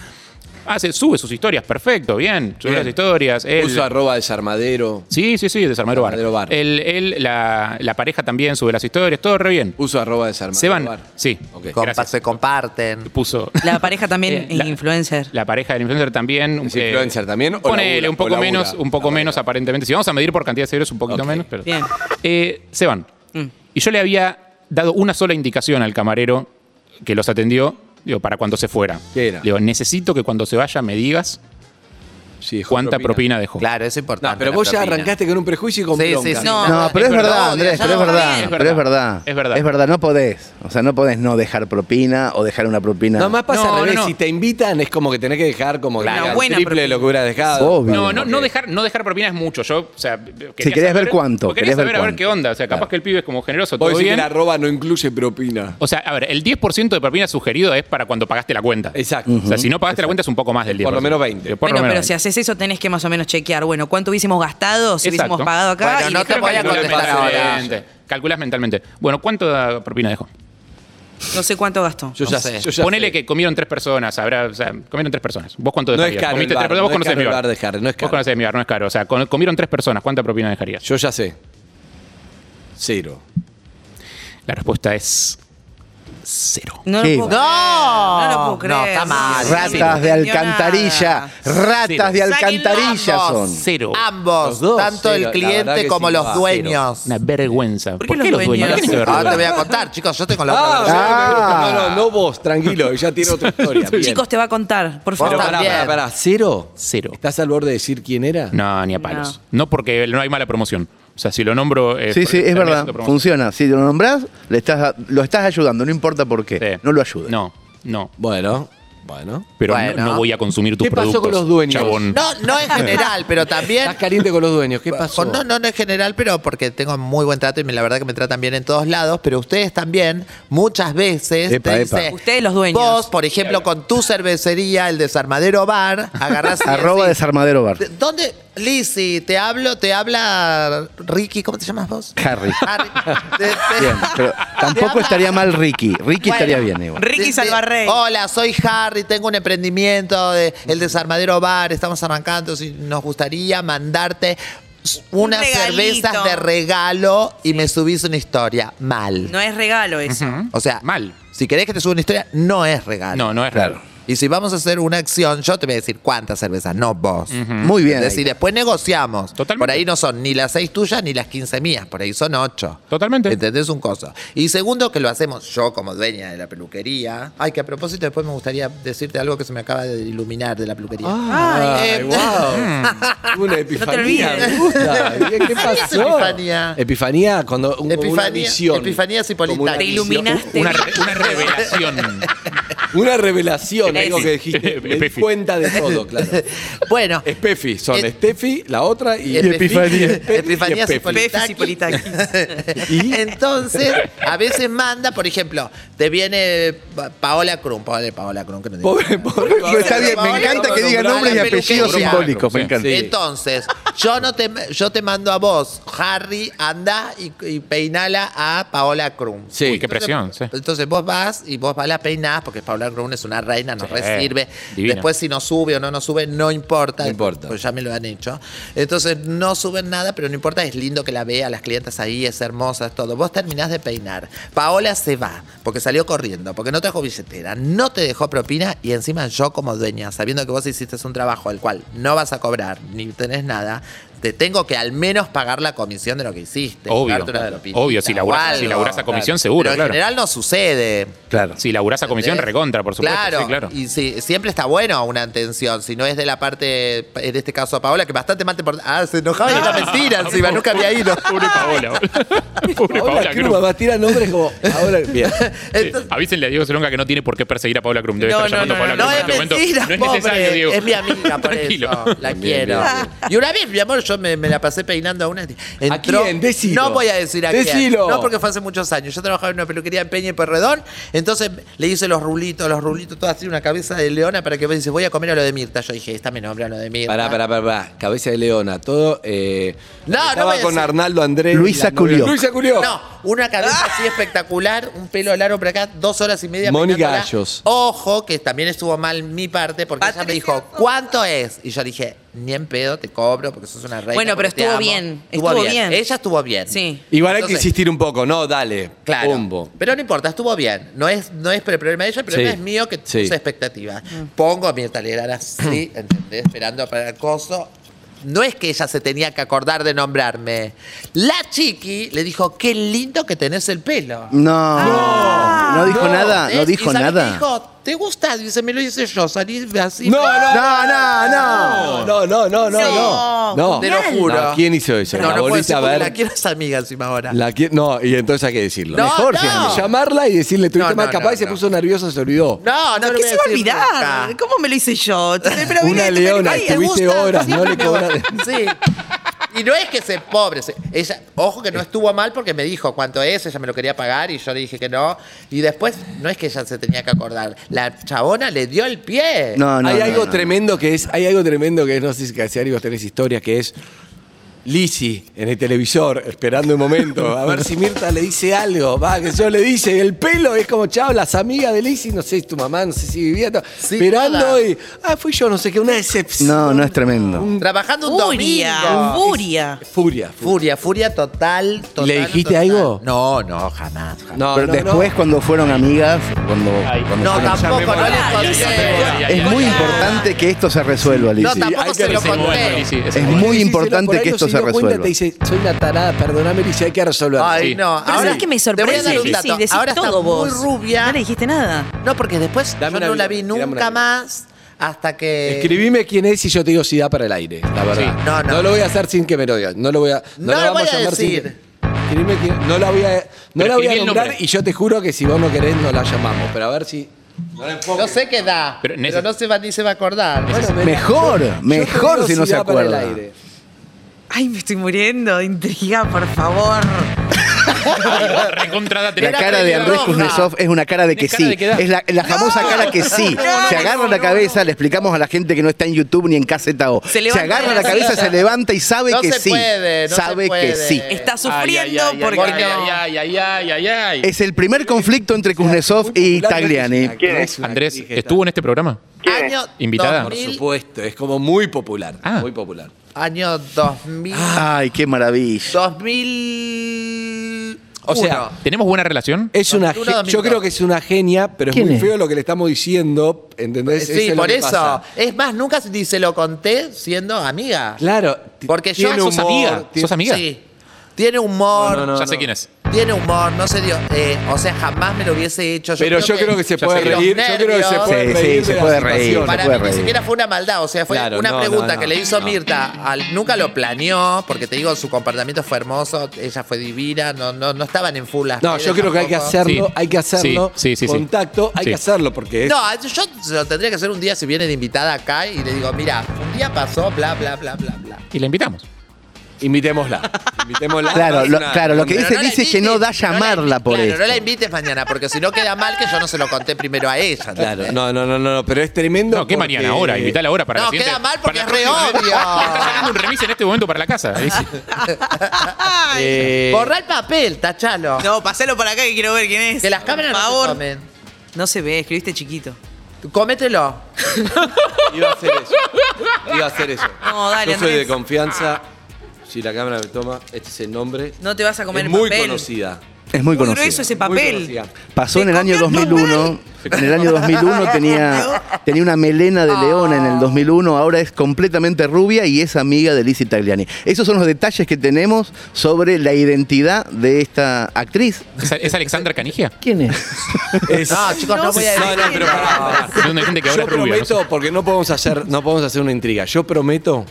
Speaker 5: Hace, sube sus historias, perfecto, bien, sube las historias. él-
Speaker 2: puso arroba desarmadero,
Speaker 5: Sí, sí, sí, desarmadero bar.
Speaker 2: Desarmadero Bar.
Speaker 5: Él, él, la, la pareja también sube las historias, todo re bien.
Speaker 2: puso arroba desarmadero.
Speaker 5: Seban,
Speaker 2: bar.
Speaker 5: sí.
Speaker 2: Ok.
Speaker 6: Compa-
Speaker 5: gracias.
Speaker 6: se comparten.
Speaker 5: Puso.
Speaker 3: La pareja también
Speaker 5: Eh,
Speaker 3: es
Speaker 5: la-
Speaker 3: influencer.
Speaker 5: La pareja del influencer también. eh,
Speaker 2: ¿Es influencer también o
Speaker 5: Ponele
Speaker 2: labura?
Speaker 5: un poco
Speaker 2: O labura, Ah,
Speaker 5: menos, un poco
Speaker 2: labura.
Speaker 5: menos aparentemente. Si vamos a medir por cantidad de seguidores, un poquito menos. Pero,
Speaker 3: Bien.
Speaker 5: Eh, se van. Y yo le había dado una sola indicación al camarero que los atendió digo, para cuando se fuera.
Speaker 2: ¿Qué era?
Speaker 5: Digo, necesito que cuando se vaya me digas
Speaker 2: Sí, dejó
Speaker 5: cuánta propina, dejó.
Speaker 6: Claro, eso es importante.
Speaker 2: No, pero
Speaker 6: la
Speaker 2: vos ya
Speaker 6: propina.
Speaker 2: arrancaste con un prejuicio y con
Speaker 6: Sí, sí,
Speaker 2: bronca.
Speaker 6: sí.
Speaker 3: No,
Speaker 7: No, pero es,
Speaker 5: es
Speaker 7: verdad,
Speaker 5: verdad,
Speaker 7: Andrés,
Speaker 3: ya
Speaker 7: pero es
Speaker 3: está
Speaker 7: verdad,
Speaker 3: bien.
Speaker 7: pero es verdad.
Speaker 5: Es verdad.
Speaker 7: Es verdad, no podés. O sea, no podés no dejar propina o dejar una propina.
Speaker 2: No, más pasa
Speaker 5: No,
Speaker 2: al revés.
Speaker 5: no, no.
Speaker 2: Si te invitan, es como que tenés que dejar como
Speaker 3: Claro.
Speaker 2: que
Speaker 3: Una
Speaker 2: el
Speaker 3: buena
Speaker 2: triple de
Speaker 3: propina.
Speaker 2: lo que hubiera dejado.
Speaker 7: Obvio.
Speaker 5: No, no, no,
Speaker 2: Ok.
Speaker 5: dejar, no dejar propina es mucho. Yo, o sea, quería
Speaker 7: Sí, querías ver cuánto,
Speaker 5: Quería
Speaker 7: querías ver
Speaker 5: saber a ver
Speaker 7: cuánto.
Speaker 5: qué onda. O sea, capaz
Speaker 7: Claro.
Speaker 5: que el pibe es como generoso.
Speaker 2: Vos
Speaker 5: Todo
Speaker 2: decís que
Speaker 5: bien.
Speaker 2: la arroba no incluye propina.
Speaker 5: O sea, a ver, el 10% de propina sugerido es para cuando pagaste la cuenta.
Speaker 2: Exacto.
Speaker 5: O sea, si no pagaste la cuenta es un poco más del 10%.
Speaker 2: Por lo menos 20.
Speaker 5: Eh, Por
Speaker 3: Bueno,
Speaker 5: lo
Speaker 3: pero
Speaker 5: menos
Speaker 3: si haces eso tenés que más o menos chequear, bueno, cuánto hubiésemos gastado, si
Speaker 5: Exacto.
Speaker 3: hubiésemos pagado acá.
Speaker 6: Bueno,
Speaker 3: y
Speaker 6: no te
Speaker 3: dejar
Speaker 6: voy a
Speaker 3: para-
Speaker 5: Calculás
Speaker 6: contestar ahora.
Speaker 5: mentalmente. Calculás mentalmente. Bueno, ¿cuánto da propina dejó?
Speaker 3: No sé cuánto gastó.
Speaker 2: Yo
Speaker 6: No
Speaker 2: ya
Speaker 6: sé.
Speaker 2: yo ya
Speaker 5: Ponele
Speaker 2: sé.
Speaker 5: que comieron tres personas, habrá, o sea, comieron tres personas. ¿Vos cuánto
Speaker 2: No es
Speaker 5: dejarías?
Speaker 2: caro el
Speaker 5: Comiste
Speaker 2: bar,
Speaker 5: tres personas,
Speaker 2: no
Speaker 5: vos
Speaker 2: es
Speaker 5: conocés
Speaker 2: caro
Speaker 5: mi
Speaker 2: el
Speaker 5: bar.
Speaker 2: bar de Harry, no es caro.
Speaker 5: Vos conocés mi bar, no es caro. O sea, con- comieron tres personas, ¿cuánta propina dejarías?
Speaker 2: Yo ya sé. Cero.
Speaker 5: La respuesta es cero.
Speaker 3: No lo
Speaker 7: ¿Qué?
Speaker 3: puedo creer.
Speaker 6: No.
Speaker 3: No lo puedo creer.
Speaker 6: No, está mal.
Speaker 3: Sí,
Speaker 7: Ratas
Speaker 3: sí,
Speaker 6: Rata
Speaker 3: no
Speaker 7: de
Speaker 3: entendió
Speaker 7: alcantarilla.
Speaker 3: nada.
Speaker 7: Ratas de
Speaker 6: Sáquenlo
Speaker 7: alcantarilla
Speaker 6: ambos.
Speaker 7: son.
Speaker 5: Cero.
Speaker 3: Ah,
Speaker 6: Ambos,
Speaker 2: Los dos,
Speaker 6: tanto
Speaker 2: sí, la-
Speaker 6: el
Speaker 2: la verdad
Speaker 6: cliente
Speaker 2: que
Speaker 6: como
Speaker 2: sí,
Speaker 6: los
Speaker 2: va,
Speaker 6: dueños.
Speaker 5: Una vergüenza.
Speaker 3: ¿Por qué los dueños? Ah,
Speaker 5: ¿Qué tienen que ver los
Speaker 6: Ahora te voy
Speaker 5: dueños?
Speaker 6: a contar, chicos, yo tengo la otra
Speaker 2: Ah,
Speaker 6: versión.
Speaker 7: Ah.
Speaker 2: No, no, no vos, tranquilo. Ya tiene otra historia. Bien.
Speaker 3: Chicos, te va a contar, por favor.
Speaker 2: Pero pará,
Speaker 6: también.
Speaker 2: pará, pará. ¿Cero?
Speaker 5: Cero.
Speaker 2: ¿Estás al borde de decir quién era?
Speaker 5: No, ni a palos. No. porque no hay mala promoción. O sea, si lo nombro. eh,
Speaker 7: Sí,
Speaker 5: porque
Speaker 7: sí, es
Speaker 5: termina
Speaker 7: verdad.
Speaker 5: siendo promoción.
Speaker 7: Funciona. Si lo nombrás, le estás, lo estás ayudando, no importa por qué.
Speaker 5: Sí.
Speaker 7: No lo ayudes.
Speaker 5: No, no.
Speaker 2: Bueno, bueno.
Speaker 5: Pero
Speaker 6: Bueno.
Speaker 5: no, no voy a consumir tus
Speaker 2: ¿Qué pasó
Speaker 5: productos.
Speaker 2: con los dueños?
Speaker 5: chabón.
Speaker 6: No, no en general, pero también.
Speaker 2: Estás caliente con los dueños. ¿Qué pasó?
Speaker 6: Con- no, no, no en general, pero porque tengo muy buen trato y me- la verdad que me tratan bien en todos lados, pero ustedes también muchas veces
Speaker 7: Epa,
Speaker 6: te
Speaker 7: epa.
Speaker 6: dicen,
Speaker 3: Ustedes los dueños.
Speaker 6: Vos, por ejemplo, con tu cervecería, el desarmadero bar, agarrás y
Speaker 7: [LAUGHS] [LAUGHS] Arroba
Speaker 6: decís,
Speaker 7: desarmadero bar.
Speaker 6: "¿De- ¿Dónde? Lizzy, te hablo, te habla Ricky, ¿cómo te llamas vos?
Speaker 7: Harry.
Speaker 6: [LAUGHS] Harry.
Speaker 7: [LAUGHS]
Speaker 6: Te- te-
Speaker 7: Bien, pero tampoco
Speaker 6: habla-
Speaker 7: estaría mal Ricky. Ricky
Speaker 6: Bueno.
Speaker 7: estaría bien igual.
Speaker 3: Ricky
Speaker 6: de-
Speaker 3: Salvarrey.
Speaker 6: de- Hola, soy Harry, tengo un emprendimiento de el desarmadero bar, estamos arrancando, si nos gustaría mandarte s-
Speaker 3: Un
Speaker 6: unas
Speaker 3: regalito.
Speaker 6: cervezas de regalo y me subís una historia. Mal.
Speaker 3: No es regalo eso.
Speaker 6: o sea,
Speaker 5: Mal.
Speaker 6: Si querés que te suba una historia, no es regalo.
Speaker 5: No, no es
Speaker 7: Claro.
Speaker 5: raro.
Speaker 6: Y si vamos a hacer una acción, yo te voy a decir cuántas cervezas, no vos.
Speaker 7: Muy bien.
Speaker 6: Es decir, después negociamos.
Speaker 5: Totalmente.
Speaker 6: Por ahí no son ni las seis tuyas ni las quince mías, por ahí son ocho.
Speaker 5: Totalmente.
Speaker 7: Este,
Speaker 6: ¿Entendés un coso? Y segundo, que lo hacemos yo como dueña de la peluquería. Ay, que a propósito, después me gustaría decirte algo que se me acaba de iluminar de la peluquería.
Speaker 2: Ay,
Speaker 6: eh,
Speaker 2: wow. Una epifanía.
Speaker 3: olvides.
Speaker 2: me gusta. Bien, ¿Qué
Speaker 6: ¿Sabías
Speaker 2: pasó?
Speaker 6: epifanía?
Speaker 2: Epifanía, cuando un- una
Speaker 6: Epifanía,
Speaker 2: visión.
Speaker 6: Epifanía
Speaker 2: Como una
Speaker 6: Cipolitani.
Speaker 3: Te
Speaker 2: visión,
Speaker 3: iluminaste.
Speaker 5: Una, re-
Speaker 2: [LAUGHS]
Speaker 5: una revelación.
Speaker 2: Una revelación, algo que dijiste. Me di
Speaker 5: Epifi.
Speaker 2: cuenta de todo, claro.
Speaker 6: [LAUGHS] Bueno,
Speaker 2: Espefi, son
Speaker 6: Eh,
Speaker 2: Steffi, la otra y,
Speaker 6: Epifi-
Speaker 2: Epifanía. Espefi y
Speaker 6: [LAUGHS] Epifanía
Speaker 2: Espefi.
Speaker 6: Cipolitani.
Speaker 3: Pefis y Politaki.
Speaker 6: [LAUGHS] Entonces, a veces manda, por ejemplo, te viene Pa- Paola Krum, Paola, Paola Krum, que no digo
Speaker 2: Pobre,
Speaker 6: nada.
Speaker 2: pobre.
Speaker 7: Pero está bien, me encanta que digan nombres y apellidos
Speaker 6: Peluquería.
Speaker 7: simbólicos, me encanta.
Speaker 2: Sí.
Speaker 6: Entonces, yo no te yo te mando a vos, Harry, anda y, y peinala a Paola Krum.
Speaker 2: Sí.
Speaker 5: Uy, qué presión. sí.
Speaker 6: Entonces vos vas y vos vas la peinás porque Paola Krum es una reina, nos
Speaker 5: Sí,
Speaker 6: resirve.
Speaker 5: divina.
Speaker 6: Después si no sube o no nos sube, no importa.
Speaker 2: No importa.
Speaker 6: Pues ya me lo han hecho. Entonces no suben nada, pero no importa, es lindo que la vea, las clientas ahí, es hermosa, es todo. Vos terminás de peinar. Paola se va porque salió corriendo, porque no trajo billetera, no te dejó propina y encima yo como dueña, sabiendo que vos hiciste un trabajo al cual no vas a cobrar ni tenés nada, te tengo que al menos pagar la comisión de lo que hiciste.
Speaker 5: Obvio.
Speaker 6: pagarte una de las
Speaker 5: Obvio, si
Speaker 6: pinitas
Speaker 5: laburás-
Speaker 6: o
Speaker 5: si
Speaker 6: algo.
Speaker 5: laburás a comisión, seguro,
Speaker 6: Pero en
Speaker 5: claro.
Speaker 6: general no sucede.
Speaker 7: Claro.
Speaker 5: Si laburás a comisión,
Speaker 7: Eh,
Speaker 6: ¿Entendés?
Speaker 5: recontra, por supuesto.
Speaker 6: Claro,
Speaker 5: sí, claro.
Speaker 6: y sí, siempre está bueno una atención, si no es de la parte, en este caso a Paola, que bastante mal te portó. Ah, se enojaba
Speaker 5: [LAUGHS]
Speaker 6: y era mentira encima, nunca había ido.
Speaker 5: Pobre Paola.
Speaker 7: [LAUGHS]
Speaker 5: boludo. Pobre Paola
Speaker 2: Ahora Cruz
Speaker 5: Krum.
Speaker 2: va a tirar nombres como. Ahora, bien.
Speaker 5: Sí,
Speaker 6: Entonces-
Speaker 5: Avísenle a Diego Seronga que no tiene por qué perseguir a Paola Krum. Debe
Speaker 3: No,
Speaker 5: estar
Speaker 3: no,
Speaker 5: llamando
Speaker 3: no,
Speaker 5: a Paola
Speaker 3: no,
Speaker 5: Krum en
Speaker 3: no,
Speaker 5: este momento.
Speaker 6: es mentira,
Speaker 5: No es necesario,
Speaker 6: pobre.
Speaker 5: Diego.
Speaker 6: Es mi amiga, por
Speaker 5: Tranquilo. [LAUGHS]
Speaker 6: eso. La
Speaker 2: Bien,
Speaker 6: quiero.
Speaker 2: bien,
Speaker 6: [LAUGHS] Y una vez, mi amor, yo me, me la pasé peinando a una. Entró,
Speaker 2: ¿A quién? Decilo.
Speaker 6: No voy a decir a
Speaker 2: Decilo.
Speaker 6: quién. No, porque fue hace muchos años. Yo trabajaba en una peluquería en Peña y Perredón. Entonces le hice los rulitos, los rulitos, todo así, una cabeza de leona para que vos dices, voy a comer a lo de Mirta. Yo dije, esta me nombra a lo de Mirta.
Speaker 2: Pará, pará, pará, pará. Cabeza de leona, todo. Eh,
Speaker 6: No, no
Speaker 2: estaba
Speaker 6: voy a
Speaker 2: con
Speaker 6: decir.
Speaker 2: Arnaldo Andrés.
Speaker 7: Luisa
Speaker 2: la novia-
Speaker 7: Culió.
Speaker 2: Luisa Culió.
Speaker 6: No, una cabeza así espectacular, un pelo largo por acá, dos horas y media.
Speaker 2: Mónica
Speaker 6: peinándola.
Speaker 2: Gallos.
Speaker 6: Ojo, que también estuvo mal mi parte, porque ella me
Speaker 3: Patricia
Speaker 6: dijo,
Speaker 3: Sosa.
Speaker 6: ¿cuánto es? Y yo le dije, ni en pedo, te cobro, porque sos una reina.
Speaker 3: Bueno, pero
Speaker 6: porque te
Speaker 3: estuvo
Speaker 6: amo".
Speaker 3: bien, estuvo bien.
Speaker 6: Ella estuvo bien.
Speaker 3: Sí.
Speaker 2: Igual hay que
Speaker 6: Entonces,
Speaker 2: insistir un poco, no, dale.
Speaker 6: Claro.
Speaker 2: Pombo.
Speaker 6: Pero no importa, estuvo bien. No es, no es por el problema de ella, el problema
Speaker 2: Sí,
Speaker 6: es mío que
Speaker 2: sí.
Speaker 6: puse expectativa. Pongo a Mirta
Speaker 2: [CLEARS THROAT]
Speaker 6: Legrand así, ¿entendés? Esperando para el coso. No es que ella se tenía que acordar de nombrarme. La chiqui le dijo, qué lindo que tenés el pelo.
Speaker 7: No, no, dijo nada, no
Speaker 6: ¿Ves?
Speaker 7: dijo
Speaker 6: Ah. ¿Y sabés qué
Speaker 7: nada.
Speaker 6: dijo, ¿te gusta? Dice, me lo hice yo, salí así.
Speaker 2: No, no, No,
Speaker 7: No, no, no.
Speaker 2: no, no, no, no.
Speaker 3: No,
Speaker 2: No,
Speaker 6: Te lo juro.
Speaker 2: No, ¿Quién hizo eso?
Speaker 6: No,
Speaker 2: la
Speaker 6: no puedo
Speaker 2: volviste
Speaker 6: decir
Speaker 2: a
Speaker 6: porque
Speaker 2: ver.
Speaker 6: la quiero es amiga encima ahora.
Speaker 2: La qui- no, y entonces hay que decirlo.
Speaker 6: No,
Speaker 2: Mejor
Speaker 6: no.
Speaker 2: Fiamma. llamarla y decirle, tuviste
Speaker 6: No,
Speaker 2: más
Speaker 6: no,
Speaker 2: capaz
Speaker 6: no,
Speaker 2: y se
Speaker 6: no.
Speaker 2: puso nerviosa, se olvidó.
Speaker 6: No, no lo
Speaker 3: ¿Qué
Speaker 6: voy
Speaker 3: se va a
Speaker 6: decir
Speaker 3: olvidar?
Speaker 6: nunca.
Speaker 3: ¿Cómo me lo hice yo? Entonces, pero mira,
Speaker 2: Una
Speaker 3: esto-
Speaker 2: leona,
Speaker 3: Ay, ¿te
Speaker 2: estuviste
Speaker 3: gusta?
Speaker 2: horas, no le
Speaker 6: Siempre me
Speaker 2: cobras.
Speaker 6: va- [LAUGHS] Sí. Y no es que se pobre. se- Ella, ojo que no estuvo mal porque me dijo cuánto es, ella me lo quería pagar y yo le dije que no. Y después, no es que ella se tenía que acordar. La chabona le dio el pie.
Speaker 7: No, no.
Speaker 2: hay
Speaker 7: no,
Speaker 2: algo
Speaker 7: no.
Speaker 2: tremendo que es, hay algo tremendo que es, no sé si Casiari vos tenés historia, que es Lisi en el televisor, esperando un momento, a ver si Mirta le dice algo, va, que yo le dice, el pelo es como, chao, las amigas de Lisi, no sé, tu mamá, no sé si vivía, no,
Speaker 6: Sí,
Speaker 2: esperando
Speaker 6: nada.
Speaker 2: y, ah, fui yo, no sé qué, una decepción.
Speaker 7: No, no es tremendo.
Speaker 6: Trabajando un
Speaker 3: Furia,
Speaker 6: domingo.
Speaker 3: furia.
Speaker 2: Furia, furia.
Speaker 6: Furia, furia total, total.
Speaker 2: ¿Le dijiste
Speaker 6: total.
Speaker 2: algo?
Speaker 6: No, no, jamás. jamás.
Speaker 2: No,
Speaker 7: Pero
Speaker 2: no,
Speaker 7: después
Speaker 2: no.
Speaker 7: cuando fueron amigas, cuando, cuando
Speaker 6: No,
Speaker 7: fueron-
Speaker 6: tampoco, no le
Speaker 3: Ah,
Speaker 6: conté.
Speaker 3: no sé.
Speaker 7: es muy importante que esto se resuelva,
Speaker 6: No,
Speaker 7: Lizzy.
Speaker 6: tampoco
Speaker 2: hay que
Speaker 6: se lo
Speaker 5: Ese es
Speaker 2: resolver.
Speaker 6: conté.
Speaker 5: bueno, Lizzy, ese es
Speaker 7: Es
Speaker 5: bueno.
Speaker 2: Decíselo,
Speaker 7: muy
Speaker 2: por
Speaker 7: importante
Speaker 2: ahí
Speaker 7: que
Speaker 2: no
Speaker 7: esto
Speaker 2: se
Speaker 7: se
Speaker 2: dio cuenta,
Speaker 7: resuelva.
Speaker 2: Te dice, soy una tarada, perdóname, Lizzy, hay que resolverlo.
Speaker 6: Ay,
Speaker 5: Sí.
Speaker 6: no.
Speaker 3: Pero
Speaker 6: ahora
Speaker 3: sabes que me
Speaker 6: Te voy a
Speaker 3: sorprende
Speaker 6: dar un
Speaker 3: que sí,
Speaker 6: dato.
Speaker 3: decís
Speaker 6: ahora está
Speaker 3: todo vos.
Speaker 6: muy rubia.
Speaker 3: No le dijiste nada.
Speaker 6: No, porque después
Speaker 2: Dame
Speaker 6: yo
Speaker 2: una
Speaker 6: no la vi
Speaker 2: vida, tirame una
Speaker 6: nunca
Speaker 2: vida.
Speaker 6: más hasta que.
Speaker 2: Escribime quién es y yo te digo si da para el aire, la verdad.
Speaker 6: Sí. No, no.
Speaker 2: lo voy a hacer sin que me lo digas. No lo voy a.
Speaker 6: No
Speaker 2: la
Speaker 6: lo
Speaker 2: vamos
Speaker 6: voy a
Speaker 2: llamar sin
Speaker 6: decir.
Speaker 2: que- Escribime quién. No la voy a, no
Speaker 5: Pero
Speaker 2: la voy
Speaker 5: escribí
Speaker 2: a
Speaker 5: el
Speaker 2: nombrar
Speaker 5: nombre.
Speaker 2: y yo te juro que si vos no querés, no la llamamos. Pero a ver si.
Speaker 6: No sé qué da,
Speaker 5: Pero
Speaker 6: pero,
Speaker 5: neces-
Speaker 6: no se va ni se va a acordar.
Speaker 2: Bueno, me-
Speaker 7: Mejor,
Speaker 2: yo- yo te
Speaker 7: mejor
Speaker 2: digo
Speaker 7: si no se
Speaker 2: da para el
Speaker 7: acuerda.
Speaker 2: aire.
Speaker 3: Ay, me estoy muriendo de intriga, por favor.
Speaker 5: Recontrada
Speaker 7: La
Speaker 5: tenés.
Speaker 6: Era
Speaker 7: cara de
Speaker 6: pelirroja.
Speaker 7: Andrés Kuznetsov es una cara de que
Speaker 5: Es cara
Speaker 7: sí.
Speaker 5: de que da.
Speaker 7: Es la, la famosa cara que sí.
Speaker 3: no,
Speaker 7: se agarra la
Speaker 3: no,
Speaker 7: cabeza, le explicamos a la gente que no está en YouTube ni en KZO.
Speaker 3: Se
Speaker 7: Se,
Speaker 3: levanta
Speaker 7: agarra
Speaker 3: de
Speaker 7: la
Speaker 3: la
Speaker 7: cabeza,
Speaker 3: silla.
Speaker 7: se levanta y sabe
Speaker 6: No
Speaker 7: que
Speaker 6: se
Speaker 7: sí.
Speaker 6: puede, no se
Speaker 7: sabe que
Speaker 6: puede.
Speaker 7: sí.
Speaker 3: Está sufriendo porque
Speaker 6: ay,
Speaker 3: no.
Speaker 5: Ay, ay, ay, ay, ay.
Speaker 7: Es el primer conflicto entre Kuznetsov
Speaker 2: Muy
Speaker 7: y
Speaker 2: popular,
Speaker 7: Tagliani.
Speaker 2: ¿no? ¿Quién es? Una
Speaker 5: Andrés,
Speaker 2: actriz que
Speaker 5: ¿estuvo en este programa?
Speaker 6: Año
Speaker 5: Invitada.
Speaker 2: está- Por
Speaker 6: 2000,
Speaker 2: supuesto, es como muy popular.
Speaker 5: Ah.
Speaker 2: Muy popular.
Speaker 6: año 2000.
Speaker 2: Ah.
Speaker 7: Ay, qué maravilla.
Speaker 6: 2008.
Speaker 2: o sea,
Speaker 5: ¿Tenemos buena relación?
Speaker 2: es una
Speaker 6: Uno,
Speaker 2: ge- yo
Speaker 6: Domingo.
Speaker 2: creo que es una genia, pero es
Speaker 9: ¿Quién
Speaker 2: muy
Speaker 9: es?
Speaker 2: feo lo que le estamos diciendo, ¿entendés?
Speaker 6: Eh, Sí,
Speaker 2: es lo
Speaker 6: por
Speaker 2: que
Speaker 6: eso.
Speaker 2: pasa.
Speaker 6: Es más, nunca ni se lo conté siendo amiga.
Speaker 2: Claro. t-
Speaker 6: Porque yo.
Speaker 5: Ah, sos amiga. ¿Sos amiga?
Speaker 6: Sí. Tiene
Speaker 2: No,
Speaker 6: humor.
Speaker 2: no, no,
Speaker 5: ya
Speaker 2: no.
Speaker 5: sé quién es.
Speaker 6: Tiene humor, no se dio. eh, o sea, jamás me lo hubiese hecho. Yo
Speaker 2: Pero yo creo que se
Speaker 5: ya
Speaker 2: puede
Speaker 5: sé que los
Speaker 2: reír, yo creo que se
Speaker 6: nervios-
Speaker 2: puede
Speaker 9: Sí, sí,
Speaker 2: reír.
Speaker 9: se
Speaker 2: de la
Speaker 9: puede reír.
Speaker 2: situación.
Speaker 6: Para
Speaker 9: puede
Speaker 6: mí ni
Speaker 9: reír.
Speaker 6: siquiera fue una maldad, o sea, fue
Speaker 2: Claro,
Speaker 6: una
Speaker 2: no,
Speaker 6: pregunta
Speaker 2: no, no,
Speaker 6: que le hizo
Speaker 2: no.
Speaker 6: Mirta. al- nunca lo planeó, porque te digo, su comportamiento fue hermoso, ella fue divina, no, no, no estaban en full las
Speaker 2: No,
Speaker 6: redes
Speaker 2: yo creo que hay que
Speaker 6: tampoco.
Speaker 2: hacerlo,
Speaker 5: Sí.
Speaker 2: hay que hacerlo.
Speaker 5: Sí, sí, sí, sí.
Speaker 2: Contacto, hay
Speaker 5: Sí.
Speaker 2: que hacerlo porque es.
Speaker 6: No, yo se lo tendría que hacer un día si viene de invitada acá y le digo, mira, un día pasó, bla, bla, bla, bla, bla.
Speaker 5: Y la invitamos.
Speaker 2: Invitémosla. Invitémosla.
Speaker 9: Claro, lo,
Speaker 2: Una-
Speaker 9: claro, lo que
Speaker 6: Pero
Speaker 9: dice,
Speaker 6: no la
Speaker 9: dice que no
Speaker 6: invites,
Speaker 9: da
Speaker 6: no la
Speaker 9: llamarla
Speaker 6: invi-
Speaker 9: por
Speaker 6: claro,
Speaker 9: eso.
Speaker 6: no la invites mañana, porque si no queda mal que yo no se lo conté primero a ella.
Speaker 2: Claro,
Speaker 6: ¿entendés?
Speaker 2: no, no, no, no, no, pero es tremendo.
Speaker 5: No, ¿qué
Speaker 2: porque-
Speaker 5: mañana ahora? Invitala ahora para
Speaker 6: No,
Speaker 5: la siguiente.
Speaker 6: queda mal porque
Speaker 5: para la
Speaker 6: es re
Speaker 5: próxima. ¿eh? Está sacando [LAUGHS]
Speaker 6: obvio.
Speaker 5: un remis en este momento para la casa. Ahí sí.
Speaker 2: Eh,
Speaker 6: Borra el papel, tachalo.
Speaker 3: No, pasalo para acá que quiero ver quién es.
Speaker 6: que las cámaras
Speaker 3: Por favor.
Speaker 6: no se comen.
Speaker 3: No se ve, escribiste chiquito.
Speaker 6: Comételo.
Speaker 2: Iba a hacer eso. Iba a hacer eso.
Speaker 3: No, dale,
Speaker 2: Yo soy
Speaker 3: Andrés.
Speaker 2: de confianza. Si la cámara me toma, este es el nombre.
Speaker 3: No te vas a comer
Speaker 2: es
Speaker 3: el
Speaker 2: muy
Speaker 3: papel.
Speaker 2: conocida.
Speaker 9: Es muy
Speaker 3: Muy
Speaker 9: conocido.
Speaker 3: grueso ese
Speaker 2: Muy
Speaker 3: papel.
Speaker 2: conocida.
Speaker 9: Pasó en el
Speaker 3: Te
Speaker 9: año
Speaker 3: comió el
Speaker 9: 2001. En el año 2001 tenía, tenía una melena de leona en el 2001, ahora es completamente rubia y es amiga de Liz Tagliani. Esos son los detalles que tenemos sobre la identidad de esta actriz.
Speaker 5: ¿Es, es Alexandra Canigia?
Speaker 9: ¿Quién
Speaker 6: [LAUGHS]
Speaker 9: es?
Speaker 2: Es-
Speaker 6: No, chicos, no,
Speaker 3: No
Speaker 6: voy a
Speaker 3: sé.
Speaker 2: Ah, No,
Speaker 6: decir.
Speaker 2: no, pero pará, pará.
Speaker 5: Es una gente que ahora
Speaker 2: Yo
Speaker 5: es rubia. no sé.
Speaker 2: prometo, porque no podemos hacer, no podemos hacer una intriga. Yo prometo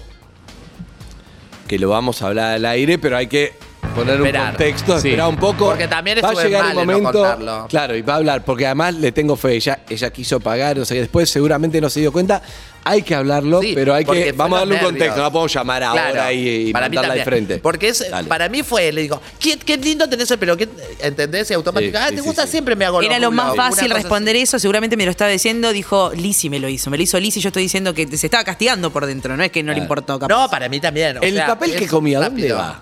Speaker 2: que lo vamos a hablar al aire, pero hay que poner
Speaker 6: Esperar.
Speaker 2: un contexto,
Speaker 5: Sí.
Speaker 2: esperar un poco.
Speaker 6: Porque también
Speaker 2: va a
Speaker 6: estuve
Speaker 2: llegar
Speaker 6: mal
Speaker 2: un
Speaker 6: en no
Speaker 2: momento.
Speaker 6: contarlo.
Speaker 2: claro, y va a hablar, porque además le tengo fe, ella, ella quiso pagar, o sea, después seguramente no se dio cuenta. Hay que hablarlo,
Speaker 6: Sí,
Speaker 2: pero hay
Speaker 6: porque
Speaker 2: que.
Speaker 6: fue
Speaker 2: Vamos a
Speaker 6: los
Speaker 2: darle un contexto,
Speaker 6: nervios.
Speaker 2: no la podemos llamar ahora
Speaker 6: Claro,
Speaker 2: y, y
Speaker 6: para mí
Speaker 2: mandarla de
Speaker 6: también.
Speaker 2: frente.
Speaker 6: Porque es,
Speaker 2: Dale.
Speaker 6: para mí fue, le digo, qué, qué lindo tenés el pelo, qué- ¿entendés? Y automáticamente,
Speaker 2: Sí,
Speaker 6: ah,
Speaker 2: sí,
Speaker 6: te
Speaker 2: sí,
Speaker 6: gusta
Speaker 2: sí.
Speaker 6: siempre me hago los
Speaker 3: Era lo
Speaker 6: rulos,
Speaker 3: más
Speaker 6: una
Speaker 3: fácil
Speaker 6: cosa
Speaker 3: responder eso, seguramente me lo estaba diciendo, dijo Lizzy me lo hizo, me lo hizo Lizzy, yo estoy diciendo que se estaba castigando por dentro, no es que no le importó
Speaker 6: así.
Speaker 3: capaz.
Speaker 6: No, para mí también. o
Speaker 2: El
Speaker 6: sea,
Speaker 2: papel que
Speaker 6: es
Speaker 2: comía, ¿dónde
Speaker 6: rápido.
Speaker 2: va?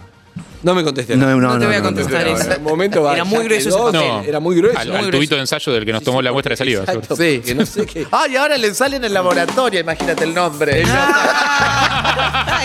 Speaker 2: No me contestes.
Speaker 9: No, no, no.
Speaker 3: No te voy a
Speaker 9: no, no, no.
Speaker 3: contestar
Speaker 2: No,
Speaker 3: eso.
Speaker 2: en un momento va,
Speaker 3: Era muy
Speaker 2: ya
Speaker 3: grueso
Speaker 2: quedó,
Speaker 3: ese
Speaker 2: no,
Speaker 3: papel.
Speaker 2: Era muy grueso.
Speaker 5: Al,
Speaker 2: Muy
Speaker 5: al
Speaker 2: grueso.
Speaker 5: tubito de ensayo del que nos tomó la muestra de saliva.
Speaker 2: Exacto,
Speaker 6: Sí.
Speaker 2: porque no sé
Speaker 6: [LAUGHS]
Speaker 2: qué.
Speaker 6: Ay, ahora le sale en el laboratorio, imagínate el nombre. [LAUGHS]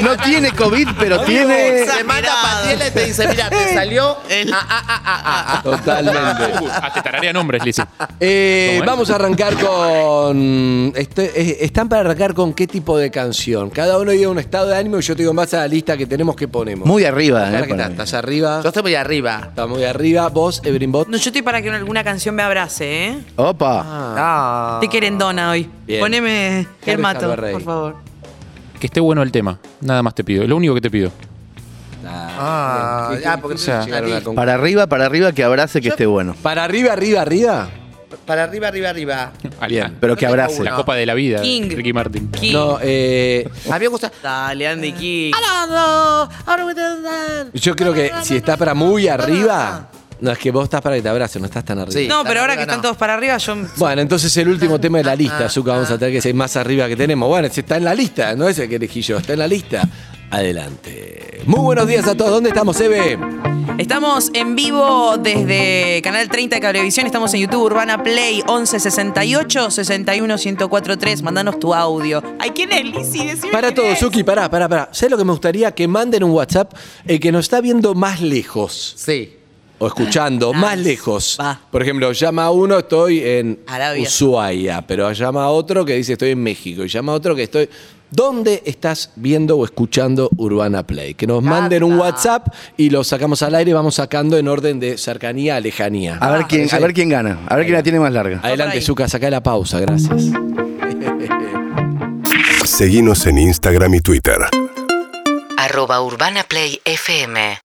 Speaker 9: No tiene COVID, pero tiene.
Speaker 6: Te manda Patiela y te dice,
Speaker 3: [LAUGHS]
Speaker 6: mira, te salió. ah, ah, ah, ah, ah, ah.
Speaker 2: Totalmente.
Speaker 6: [LAUGHS]
Speaker 5: [LAUGHS] Uh, hasta tararea nombres, Lizzy.
Speaker 2: Eh,
Speaker 5: ¿Cómo es?
Speaker 2: vamos a arrancar con. este- eh, están para arrancar con qué tipo de canción. Cada uno lleva un estado de ánimo y yo te digo más a la lista que tenemos que ponemos.
Speaker 9: Muy arriba,
Speaker 2: Ahora
Speaker 9: ¿eh?
Speaker 2: que
Speaker 9: para
Speaker 2: está,
Speaker 9: mí.
Speaker 2: estás arriba.
Speaker 6: Yo estoy muy arriba.
Speaker 2: Está muy arriba. Vos, Everinbot.
Speaker 3: No, yo estoy para que alguna canción me abrace, ¿eh?
Speaker 9: Opa.
Speaker 6: Ah.
Speaker 3: Te quieren dona hoy.
Speaker 2: Bien.
Speaker 3: Poneme el
Speaker 2: Harry
Speaker 3: mato,
Speaker 2: Harvey.
Speaker 3: por favor.
Speaker 5: Que esté bueno el tema. Nada más te pido. Es lo único que te pido.
Speaker 6: Ah,
Speaker 2: Bien.
Speaker 6: ah, porque
Speaker 2: O sea,
Speaker 6: tenés una lista.
Speaker 2: con-
Speaker 9: Para arriba, para arriba, que abrace que esté bueno.
Speaker 2: Para arriba, arriba, arriba.
Speaker 6: Para arriba, arriba, arriba.
Speaker 5: Al-
Speaker 2: Bien.
Speaker 9: Pero que abrace.
Speaker 5: La copa de la vida.
Speaker 3: King.
Speaker 5: Ricky Martin.
Speaker 3: King.
Speaker 2: No, eh,
Speaker 6: A mí me gusta.
Speaker 3: Dale, Andy King.
Speaker 6: Ah, no, ahora voy a dar.
Speaker 2: yo creo que si está para muy arriba, no es que vos estás para que te abrace, no estás tan arriba.
Speaker 6: Sí.
Speaker 3: No, pero ahora que
Speaker 6: No.
Speaker 3: están todos para arriba, yo.
Speaker 2: Bueno, entonces el último tema de la lista, Zuka, vamos a tener que ser más arriba que tenemos. Bueno, ese está en la lista, no es el que elegí yo, está en la lista. Adelante. Muy buenos días a todos. ¿Dónde estamos, Eve?
Speaker 3: Estamos en vivo desde Canal 30 de Cablevisión. Estamos en YouTube Urbana Play 1168 61 1043. Mandanos tu audio. Ay, ¿quién es Lizzy? Decime
Speaker 2: Para
Speaker 3: quién
Speaker 2: todos,
Speaker 3: es.
Speaker 2: Suki, pará, pará, pará. ¿Sabes lo que me gustaría? Que manden un WhatsApp el que nos está viendo más lejos
Speaker 6: Sí.
Speaker 2: o escuchando,
Speaker 3: Nice.
Speaker 2: más lejos.
Speaker 3: Va.
Speaker 2: Por ejemplo, llama a uno, estoy en
Speaker 3: Arabia.
Speaker 2: Ushuaia, pero llama a otro que dice estoy en México y llama a otro que estoy. ¿Dónde estás viendo o escuchando Urbana Play? Que nos manden un WhatsApp y lo sacamos al aire y vamos sacando en orden de cercanía a lejanía.
Speaker 9: A ver quién, a ver quién gana, a ver quién la tiene más larga.
Speaker 3: por
Speaker 2: Adelante,
Speaker 3: ahí.
Speaker 2: Zuka, sacá la pausa, gracias.
Speaker 10: Seguinos en Instagram y Twitter.
Speaker 11: arroba Urbana Play FM